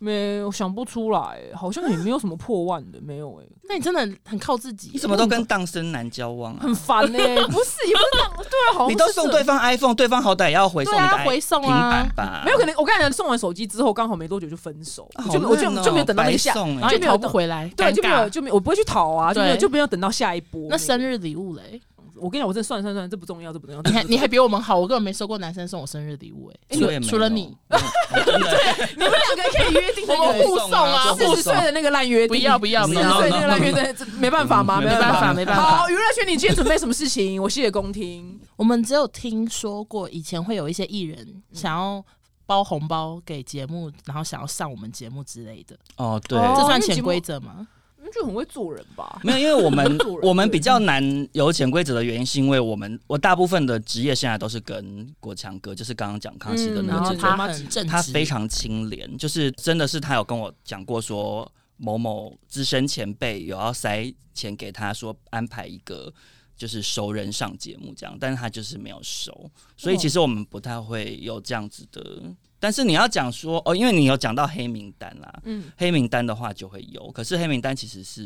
Speaker 1: 没有想不出来、欸好像也没有什么破万的没 有哎、
Speaker 3: 那你真的很很靠自己耶。
Speaker 2: 你怎么都跟荡生男交往啊？
Speaker 1: 很烦呢、不是也不是那样，对啊，好像
Speaker 2: 你都
Speaker 1: 是
Speaker 2: 送
Speaker 1: 这
Speaker 2: 对方 iPhone，对方好歹也要回送
Speaker 3: 对
Speaker 2: 你的
Speaker 3: 啊？
Speaker 2: i-
Speaker 3: 回送
Speaker 2: 平
Speaker 3: 啊
Speaker 2: 板，吧？
Speaker 1: 没有可能，我刚才送完手机之后，刚好没多久就分手，
Speaker 2: 啊，
Speaker 1: 就没我就
Speaker 2: 好烂哦
Speaker 1: 就没有等到那个下
Speaker 2: 白，送欸
Speaker 3: 然后也
Speaker 1: 就没有
Speaker 3: 讨不回来，
Speaker 1: 对，
Speaker 3: 尴
Speaker 1: 就没有
Speaker 3: 尬。
Speaker 1: 就没有，我不会去讨啊，就没有
Speaker 3: 对
Speaker 1: 就没有等到下一波。
Speaker 3: 那生日礼物嘞？
Speaker 1: 我跟你讲，我这算算算，这不重要，这不重要。这不重要
Speaker 3: 你还 你还比我们好，我根本没收过男生送我生日礼物哎，
Speaker 2: 我也
Speaker 3: 除
Speaker 2: 没有嗯
Speaker 3: 除了你，
Speaker 2: 我 真的
Speaker 1: 你们两个可以约定那
Speaker 3: 我们
Speaker 1: 个
Speaker 3: 互送啊
Speaker 1: 四十岁的那个烂约定，
Speaker 3: 不要不要
Speaker 1: 四
Speaker 3: 不
Speaker 2: 啊
Speaker 1: 十
Speaker 3: 要，
Speaker 1: 岁那个烂约定，这嗯没办法吗？
Speaker 2: 没
Speaker 1: 办
Speaker 3: 办
Speaker 1: 法
Speaker 3: 法没办法
Speaker 1: 好，娱乐圈，你今天准备什么事情？我谢谢公听。
Speaker 3: 我们只有听说过以前会有一些艺人想要包红包给节目，然后想要上我们节目之类的，
Speaker 2: 哦，对，
Speaker 1: 哦
Speaker 3: 这算潜规则吗？
Speaker 1: 你就很会做人吧？
Speaker 2: 没有，因为我们
Speaker 1: 做人
Speaker 2: 我们比较难有潜规则的原因，是因为我们我大部分的职业生涯都是跟国强哥，就是刚刚讲康熙的
Speaker 1: 嗯
Speaker 2: 那
Speaker 3: 然
Speaker 2: 个
Speaker 3: 后
Speaker 1: 然
Speaker 2: 制作，
Speaker 1: 后
Speaker 3: 他
Speaker 1: 他
Speaker 3: 很正直，
Speaker 2: 他非常清廉，就是真的是他有跟我讲过说，某某资深前辈有要塞钱给他，说安排一个就是熟人上节目这样，但是他就是没有收，所
Speaker 1: 哦
Speaker 2: 以其实我们不太会有这样子的。但是你要讲说哦，因为你有讲到黑名单啦，
Speaker 1: 嗯，
Speaker 2: 黑名单的话就会有，可是黑名单其实是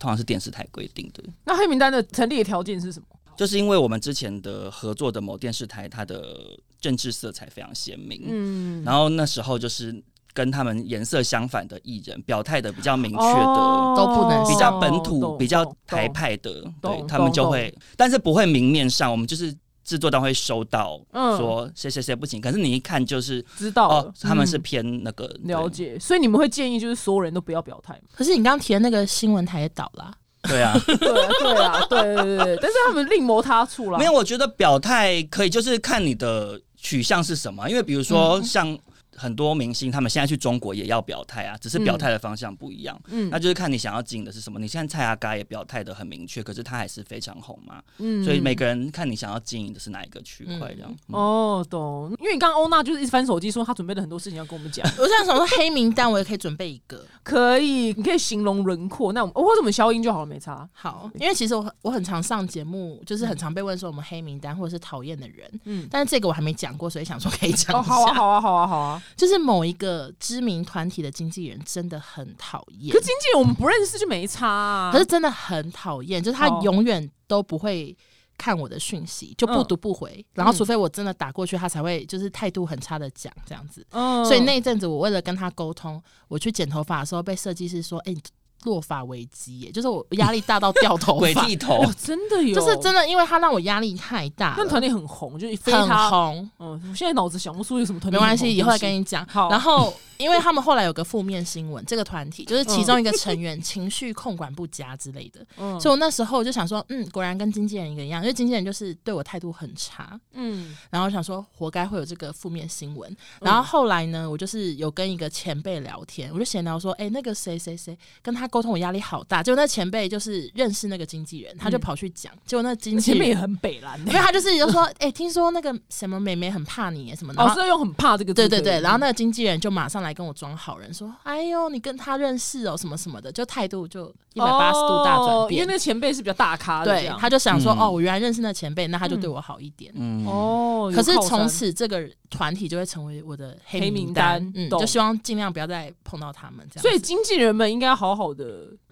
Speaker 2: 通常是电视台规定的，
Speaker 1: 那黑名单的成立的条件是什么？
Speaker 2: 就是因为我们之前的合作的某电视台，它的政治色彩非常鲜明，
Speaker 1: 嗯，
Speaker 2: 然后那时候就是跟他们颜色相反的艺人表态的比较明确的。
Speaker 1: 哦
Speaker 3: 都不能
Speaker 2: 比较本
Speaker 1: 懂
Speaker 2: 土、比较
Speaker 1: 懂
Speaker 2: 台派的，对
Speaker 1: 懂
Speaker 2: 他们就
Speaker 1: 懂
Speaker 2: 会，但是不会明面上，我们就是制作单位收到
Speaker 1: 嗯
Speaker 2: 说谁谁谁不行，可是你一看就是
Speaker 1: 知道了
Speaker 2: 哦，他们是
Speaker 1: 嗯
Speaker 2: 偏那个
Speaker 1: 了，解，所以你们会建议就是所有人都不要表态吗
Speaker 3: 可是你刚刚提的那个新闻台也倒啦，
Speaker 2: 对对啊，
Speaker 1: 对啊，对啊，对对对对， 但是他们另谋他处啦。
Speaker 2: 没有，我觉得表态可以，就是看你的取向是什么。因为比如
Speaker 1: 嗯
Speaker 2: 说，像很多明星，他们现在去中国也要表态啊，只是表态的方向不一样。
Speaker 1: 嗯，
Speaker 2: 那就是看你想要经营的是什么。你现在蔡阿嘎也表态的很明确，可是他还是非常红嘛，
Speaker 1: 嗯
Speaker 2: 所以每个人看你想要经营的是哪一个区块这样。嗯
Speaker 1: 哦，懂。因为你刚刚欧娜就是一直翻手机，说她准备了很多事情要跟我们讲。
Speaker 3: 我现在想说黑名单，我也可以准备一个。
Speaker 1: 可以，你可以形容轮廓。那我们、哦、或者我们消音就好了，没差。
Speaker 3: 好，因为其实我很我很常上节目，就是很常被问说我们黑名单或者是讨厌的人，
Speaker 1: 嗯，
Speaker 3: 但是这个我还没讲过，所以想说可以讲
Speaker 1: 哦，
Speaker 3: 一
Speaker 1: 好啊，
Speaker 3: 下。
Speaker 1: 好啊，好啊，好啊。
Speaker 3: 就是某一个知名团体的经纪人真的很讨厌
Speaker 1: 可，经纪人我们不认识就没差啊。
Speaker 3: 可是真的很讨厌，就是他
Speaker 1: 哦
Speaker 3: 永远都不会看我的讯息，就
Speaker 1: 嗯
Speaker 3: 不读不回。然后除非我真的打过去，他才会就是态度很差的讲这样子。
Speaker 1: 嗯
Speaker 3: 所以那一阵子，我为了跟他沟通，我去剪头发的时候被设计师说：“哎、你落发危机耶！”就是我压力大到掉 头
Speaker 2: 鬼
Speaker 3: 发，
Speaker 2: 剃头
Speaker 1: 哦，真的有，
Speaker 3: 就是真的，因为他让我压力太大
Speaker 1: 那团
Speaker 3: 了，
Speaker 1: 体很红，就是非
Speaker 3: 很
Speaker 1: 他。
Speaker 3: 红。
Speaker 1: 嗯，我现在脑子想不出有什么团体
Speaker 3: 没
Speaker 1: 很红。
Speaker 3: 关系，以后再跟
Speaker 1: 你。
Speaker 3: 你讲。
Speaker 1: 好
Speaker 3: 然后因为他们后来有个负面新闻，这个团体就是其中一个成员情绪控管不佳之类的，
Speaker 1: 嗯
Speaker 3: 所以我那时候就想说，嗯，果然跟经纪人一个一样，因为经纪人就是对我态度很差，
Speaker 1: 嗯，
Speaker 3: 然后我想说活该会有这个负面新闻。然后后来呢，我就是有跟一个前辈聊天，我就闲聊说，哎、那个谁谁谁跟他沟通，我压力好大。结果那前辈就是认识那个经纪人，他就
Speaker 1: 嗯
Speaker 3: 跑去讲，结果那经纪
Speaker 1: 前面
Speaker 3: 人。
Speaker 1: 也很北蓝
Speaker 3: 因为他就是就说，哎、听说那个什么妹妹很怕你耶什么，然
Speaker 1: 老
Speaker 3: 后
Speaker 1: 师哦用很怕这个字
Speaker 3: 对
Speaker 1: 可以。
Speaker 3: 对对，然后那个经纪人就马上来跟我装好人，说：“哎呦，你跟他认识哦，什么什么的，就态度就一百八十度大转
Speaker 1: 哦因为
Speaker 3: 变。
Speaker 1: 那前辈是比较大
Speaker 2: 啊
Speaker 1: 咖的这
Speaker 3: 对
Speaker 1: 样，，
Speaker 3: 他就想说：“
Speaker 2: 嗯
Speaker 3: 哦，我原来认识那前辈，那他就对我好一点。
Speaker 2: 嗯，
Speaker 1: 哦，
Speaker 3: 可是
Speaker 1: 有靠
Speaker 3: 从
Speaker 1: 山
Speaker 3: 此这个团体就会成为我的
Speaker 1: 黑
Speaker 3: 黑
Speaker 1: 名
Speaker 3: 单，
Speaker 1: 单
Speaker 3: 嗯，
Speaker 1: 懂
Speaker 3: 就希望尽量不要再碰到他们这样子。
Speaker 1: 所以经纪人们应该好好的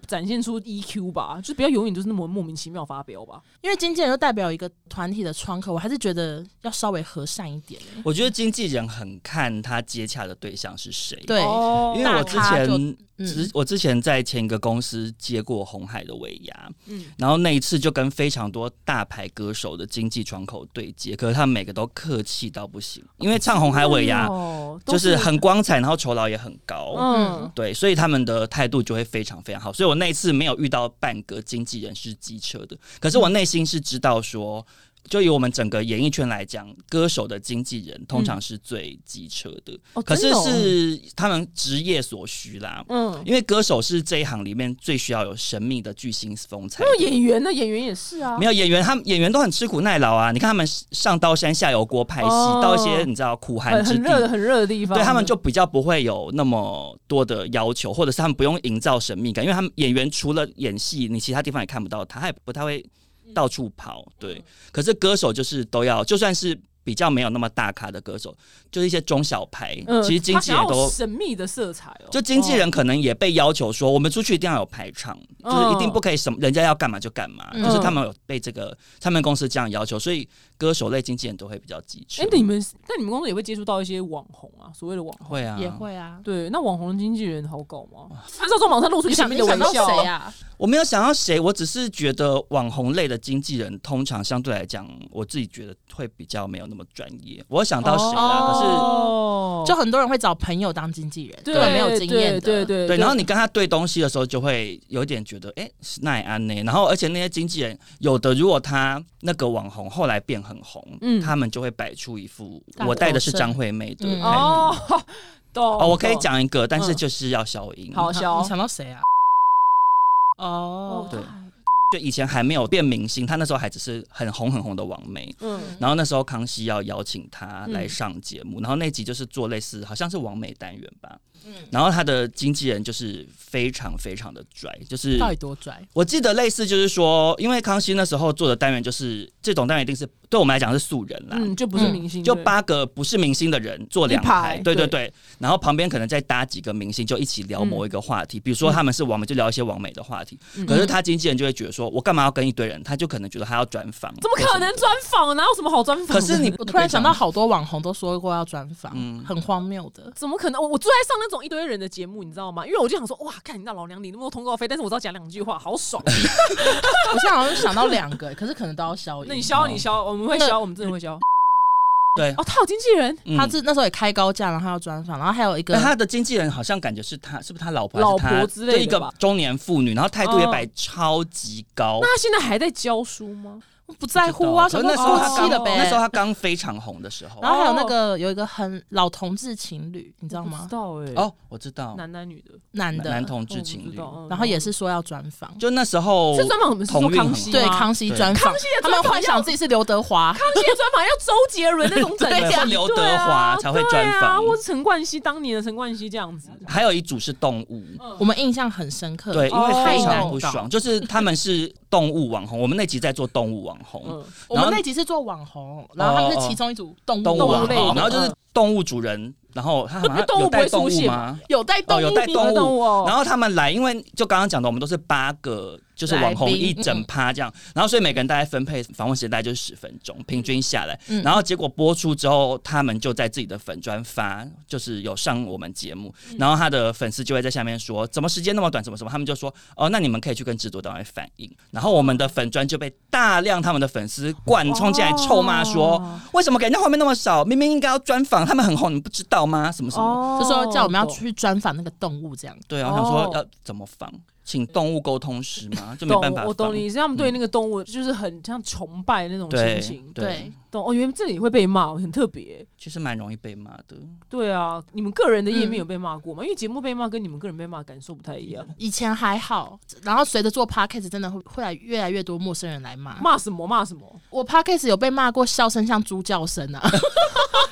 Speaker 1: 展现出 EQ 吧，就是不要永远就是那么莫名其妙发飙吧。
Speaker 3: 因为经纪人就代表一个团体的窗口，我还是觉得要稍微和善一点。
Speaker 2: 我觉得经纪人很看他接洽的对象是谁。
Speaker 3: 对，
Speaker 1: 哦
Speaker 2: 因为我之
Speaker 3: 大咖就
Speaker 2: 前之
Speaker 3: 嗯，
Speaker 2: 我之前在前一个公司接过红海的尾牙，
Speaker 1: 嗯
Speaker 2: 然后那一次就跟非常多大牌歌手的经济窗口对接，可是他们每个都客气到不行，因为唱红海尾牙
Speaker 1: 哦都
Speaker 2: 就是很光彩，然后酬劳也很高。
Speaker 1: 嗯
Speaker 2: 对，所以他们的态度就会非常非常好。所以我那一次没有遇到半个经纪人是机车的，可是我内心是知道说，就以我们整个演艺圈来讲，歌手的经纪人通常是最机车的，
Speaker 1: 哦
Speaker 2: 嗯可是
Speaker 1: 真的哦
Speaker 2: 是他们职业所需啦。
Speaker 1: 嗯，
Speaker 2: 因为歌手是这一行里面最需要有神秘的巨星风采
Speaker 1: 还
Speaker 2: 的。
Speaker 1: 有演员呢，演员也是啊，
Speaker 2: 没有演员，他们演员都很吃苦耐劳啊！你看他们上刀山下油锅拍戏，
Speaker 1: 哦
Speaker 2: 到一些你知道苦寒
Speaker 1: 很
Speaker 2: 之
Speaker 1: 很
Speaker 2: 地，
Speaker 1: 热的很热的地方，
Speaker 2: 对他们就比较不会有那么多的要求，或者是他们不用营造神秘感，因为他们演员除了演戏，你其他地方也看不到他，他也不太会到处跑。对，可是歌手就是都要，就算是比较没有那么大咖的歌手，就是一些中小牌，
Speaker 1: 嗯，
Speaker 2: 其实经
Speaker 1: 他
Speaker 2: 纪
Speaker 1: 想
Speaker 2: 人
Speaker 1: 要有
Speaker 2: 都。
Speaker 1: 神秘的色彩哦，
Speaker 2: 就经纪人可能也被要求说，我们出去一定要有排场，
Speaker 1: 哦
Speaker 2: 就是一定不可以什么人家要干嘛就干嘛，
Speaker 3: 嗯
Speaker 2: 就是他们有被这个唱片公司这样要求，所以歌手类经纪人都会比较机
Speaker 1: 哎、
Speaker 2: 智。
Speaker 1: 那你们那你们工作也会接触到一些网红啊，所谓的网红。
Speaker 2: 会啊，
Speaker 3: 也会啊。
Speaker 1: 对，那网红经纪人好搞吗？潘少忠马上露出
Speaker 3: 你
Speaker 1: 神
Speaker 3: 想
Speaker 1: 秘
Speaker 3: 你
Speaker 1: 的微
Speaker 3: 想到
Speaker 1: 笑、
Speaker 3: 谁啊？
Speaker 2: 我没有想到谁，我只是觉得网红类的经纪人通常相对来讲，我自己觉得会比较没有那么专业。我有想到谁啊啦，
Speaker 3: 哦
Speaker 1: 哦，
Speaker 3: 就很多人会找朋友当经纪人，
Speaker 1: 对
Speaker 3: 根本没有经验的。
Speaker 1: 对对
Speaker 2: 可
Speaker 1: 对
Speaker 2: 是对，然后你跟他对东西的时候，就会有点觉得，哎、是奈安呢、然后而且那些经纪人，有的如果他那个网红后来变很红，
Speaker 1: 嗯
Speaker 2: 他们就会摆出一副
Speaker 3: 大头
Speaker 2: 我带的是张惠妹的态
Speaker 3: 嗯
Speaker 2: 度。
Speaker 1: 哦， 懂
Speaker 2: 哦，我可以
Speaker 1: 懂
Speaker 2: 讲一个，但是
Speaker 1: 嗯
Speaker 2: 就是要消音。
Speaker 1: 好
Speaker 3: 你
Speaker 1: 笑
Speaker 3: 想
Speaker 1: 哦
Speaker 3: 你想到谁啊？哦，
Speaker 2: 对就以前还没有变明星，他那时候还只是很红很红的网媒。
Speaker 1: 嗯
Speaker 2: 然后那时候康熙要邀请他来上节目，然后那集就是做类似好像是王美单元吧，
Speaker 3: 嗯，
Speaker 2: 然后他的经纪人就是非常非常的拽，就是
Speaker 3: 到底多拽？
Speaker 2: 我记得类似就是说，因为康熙那时候做的单元就是这种单元一定是对我们来讲是素人啦。
Speaker 1: 嗯，就不是
Speaker 3: 嗯
Speaker 1: 明星，
Speaker 2: 就
Speaker 1: 对
Speaker 2: 八个不是明星的人坐两
Speaker 1: 一排
Speaker 2: 排，对对
Speaker 1: 对
Speaker 2: 对，然后旁边可能再搭几个明星，就一起聊某一个话题，比如说他们是王美，就聊一些王美的话题。
Speaker 1: 嗯
Speaker 2: 可是他经纪人就会觉得说，我干嘛要跟一堆人？他就可能觉得他要专访，
Speaker 1: 怎么可能专访？啊哪有什么好专访的？
Speaker 2: 可是你
Speaker 3: 我突然想到，好多网红都说过要专访，
Speaker 2: 嗯
Speaker 3: 很荒谬的。
Speaker 1: 怎么可能？我我最爱上那种一堆人的节目，你知道吗？因为我就想说，哇，看你那老娘领那么多通告费，但是我只要讲两句话，好爽。
Speaker 3: 我现在好像想到两个，可是可能都要消音。
Speaker 1: 那你消
Speaker 2: 哦
Speaker 1: 你消，我们会消，我们真的会消。
Speaker 2: 对
Speaker 1: 哦，他有经纪人，
Speaker 2: 嗯
Speaker 3: 他是那时候也开高价，然后他要专访，然后还有一个
Speaker 2: 那他的经纪人好像感觉是他，是不是他老婆？
Speaker 1: 老
Speaker 2: 还是他
Speaker 1: 婆之类的
Speaker 2: 就一个
Speaker 1: 吧
Speaker 2: 中年妇女，然后态度也摆超级高。
Speaker 1: 那他现在还在教书吗？
Speaker 3: 不在乎啊，
Speaker 2: 可
Speaker 3: 什
Speaker 2: 是
Speaker 3: 么
Speaker 2: 那时候他
Speaker 1: 过
Speaker 3: 过期
Speaker 2: 刚
Speaker 1: 气
Speaker 3: 了
Speaker 1: 了呗
Speaker 2: 那时候
Speaker 3: 呗。
Speaker 2: 他刚非常红的时候。
Speaker 3: 然后还有那个有一个很老同志情侣，你知道
Speaker 1: 哦我不
Speaker 3: 吗
Speaker 1: 知？道哎，
Speaker 2: 哦，我知道，
Speaker 1: 男男女的，
Speaker 3: 男的，
Speaker 2: 男同志
Speaker 1: 我不
Speaker 2: 情
Speaker 1: 知
Speaker 2: 侣
Speaker 1: 道，嗯
Speaker 3: 然后也是说要专访，
Speaker 2: 就那时候
Speaker 1: 是专访什么？是
Speaker 2: 同
Speaker 1: 说
Speaker 2: 运
Speaker 1: 康
Speaker 2: 很
Speaker 1: 熙
Speaker 3: 对
Speaker 1: 吗
Speaker 3: 康熙专访，
Speaker 1: 康熙的
Speaker 3: 他
Speaker 1: 专
Speaker 3: 们
Speaker 1: 访
Speaker 3: 幻想
Speaker 1: 要
Speaker 3: 自己是刘德华，
Speaker 1: 康熙的专访要周杰伦那种等级，
Speaker 2: 对或刘德华才会专访
Speaker 1: 啊对啊，或是陈冠希当年的陈冠希这样子。
Speaker 2: 还有一组是动物，
Speaker 1: 嗯
Speaker 3: 我们印象很深刻。
Speaker 2: 对，因
Speaker 1: 哦
Speaker 2: 为非
Speaker 3: 太难
Speaker 2: 常不爽，就是他们是动物网红，我们那集在做动物网红，
Speaker 1: 嗯，
Speaker 3: 我
Speaker 2: 然
Speaker 3: 们
Speaker 2: 后哦
Speaker 3: 那集是做网红，然后他们是其中一组动物啊
Speaker 2: 动物
Speaker 1: 物
Speaker 2: 网
Speaker 1: 类的
Speaker 2: 红，然后就是
Speaker 1: 嗯
Speaker 2: 动物主人，然后他好像
Speaker 1: 动物
Speaker 2: 有
Speaker 1: 不会
Speaker 2: 带动
Speaker 1: 出
Speaker 2: 物
Speaker 1: 现
Speaker 2: 吗？
Speaker 3: 有带动
Speaker 2: 哦，
Speaker 3: 物，
Speaker 2: 有带动
Speaker 1: 有带动
Speaker 2: 物
Speaker 1: 物哦
Speaker 2: 然后他们来，因为就刚刚讲的，我们都是八个就是网红
Speaker 3: 来宾
Speaker 2: 一整趴
Speaker 1: 嗯
Speaker 2: 这样，然后所以每个人大概分配访问时间大概就是十分钟，平均下来，
Speaker 1: 嗯
Speaker 2: 然后结果播出之后，他们就在自己的粉专发，就是有上我们节目，
Speaker 1: 嗯
Speaker 2: 然后他的粉丝就会在下面说怎么时间那么短，怎么什么，他们就说哦，那你们可以去跟制作单位反映，然后我们的粉专就被大量他们的粉丝灌冲进来臭骂说。
Speaker 1: 哦
Speaker 2: 为什么给人家画面那么少？明明应该要专访，他们很红，你不知道吗？什么什么？
Speaker 1: 哦
Speaker 3: 就说叫我们要去专访那个动物这样。
Speaker 2: 对啊，我想说
Speaker 1: 哦
Speaker 2: 要怎么访？请动物沟通师 吗？就没
Speaker 1: 懂
Speaker 2: 办法
Speaker 1: 我懂
Speaker 2: 访
Speaker 1: 你，是他们对那个动物就是很像崇拜那种心
Speaker 2: 对
Speaker 1: 情。
Speaker 2: 对
Speaker 3: 对，
Speaker 1: 懂哦，原来这里会被骂，很特别。
Speaker 2: 其实蛮容易被骂的。
Speaker 1: 对啊，你们个人的页面
Speaker 3: 嗯
Speaker 1: 有被骂过吗？因为节目被骂跟你们个人被骂感受不太一样。
Speaker 2: 嗯
Speaker 3: 以前还好，然后随着做 podcast，真的会会来越来越多陌生人来骂。
Speaker 1: 骂什么骂什么，
Speaker 3: 我 podcast 有被骂过笑声像猪叫声啊，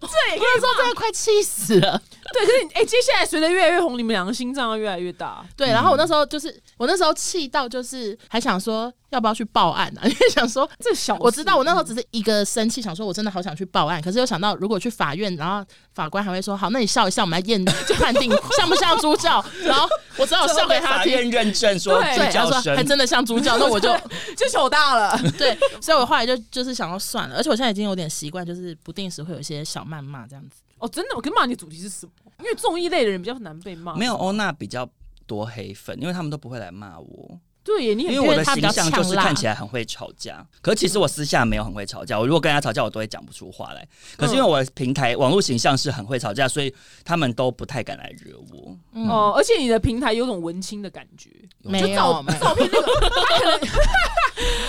Speaker 1: 这也可以说。
Speaker 3: 真的快气死了。
Speaker 1: 对，可是你哎、接下来随着越来越红，你们两个心脏要越来越大。
Speaker 3: 对，然后我那时候就是，我那时候气到就是还想说要不要去报案啊，因 为想说
Speaker 1: 这小
Speaker 3: 我知道我那时候
Speaker 1: 事
Speaker 3: 只是一个生气，想说我真的好想去报案，可是又想到如果去法院，然后法官还会说好，那你笑一笑，我们来验 就判定像不像猪叫，然后我只好笑给他
Speaker 2: 法
Speaker 3: 听。
Speaker 2: 院认证说
Speaker 1: 对
Speaker 2: 最
Speaker 3: 对，他
Speaker 2: 叫
Speaker 3: 说
Speaker 2: 声
Speaker 3: 还真的像猪叫，那我就
Speaker 1: 就糗大了。
Speaker 3: 对，所以我后来就就是想要算了，而且我现在已经有点习惯，就是不定时会有一些小谩骂这样子。
Speaker 1: 哦，真的，我跟骂你的主题是什么？因为综艺类的人比较难被骂。
Speaker 2: 没有欧娜比较多黑粉，因为他们都不会来骂我，
Speaker 1: 对耶，你
Speaker 2: 因
Speaker 1: 很
Speaker 2: 为
Speaker 3: 因
Speaker 2: 我
Speaker 3: 为
Speaker 2: 的
Speaker 3: 他
Speaker 2: 形
Speaker 3: 比较
Speaker 2: 象就是
Speaker 3: 呛辣
Speaker 2: 看起来很会吵架。可其实我私下没有很会吵架，我如果跟人家吵架，我都会讲不出话来。可是因为我的平台网络形象是很会吵架，所以他们都不太敢来惹我。
Speaker 3: 嗯，
Speaker 1: 哦，而且你的平台有种文青的感觉，
Speaker 3: 没
Speaker 1: 就照
Speaker 3: 有没有，
Speaker 1: 照片那个，他可能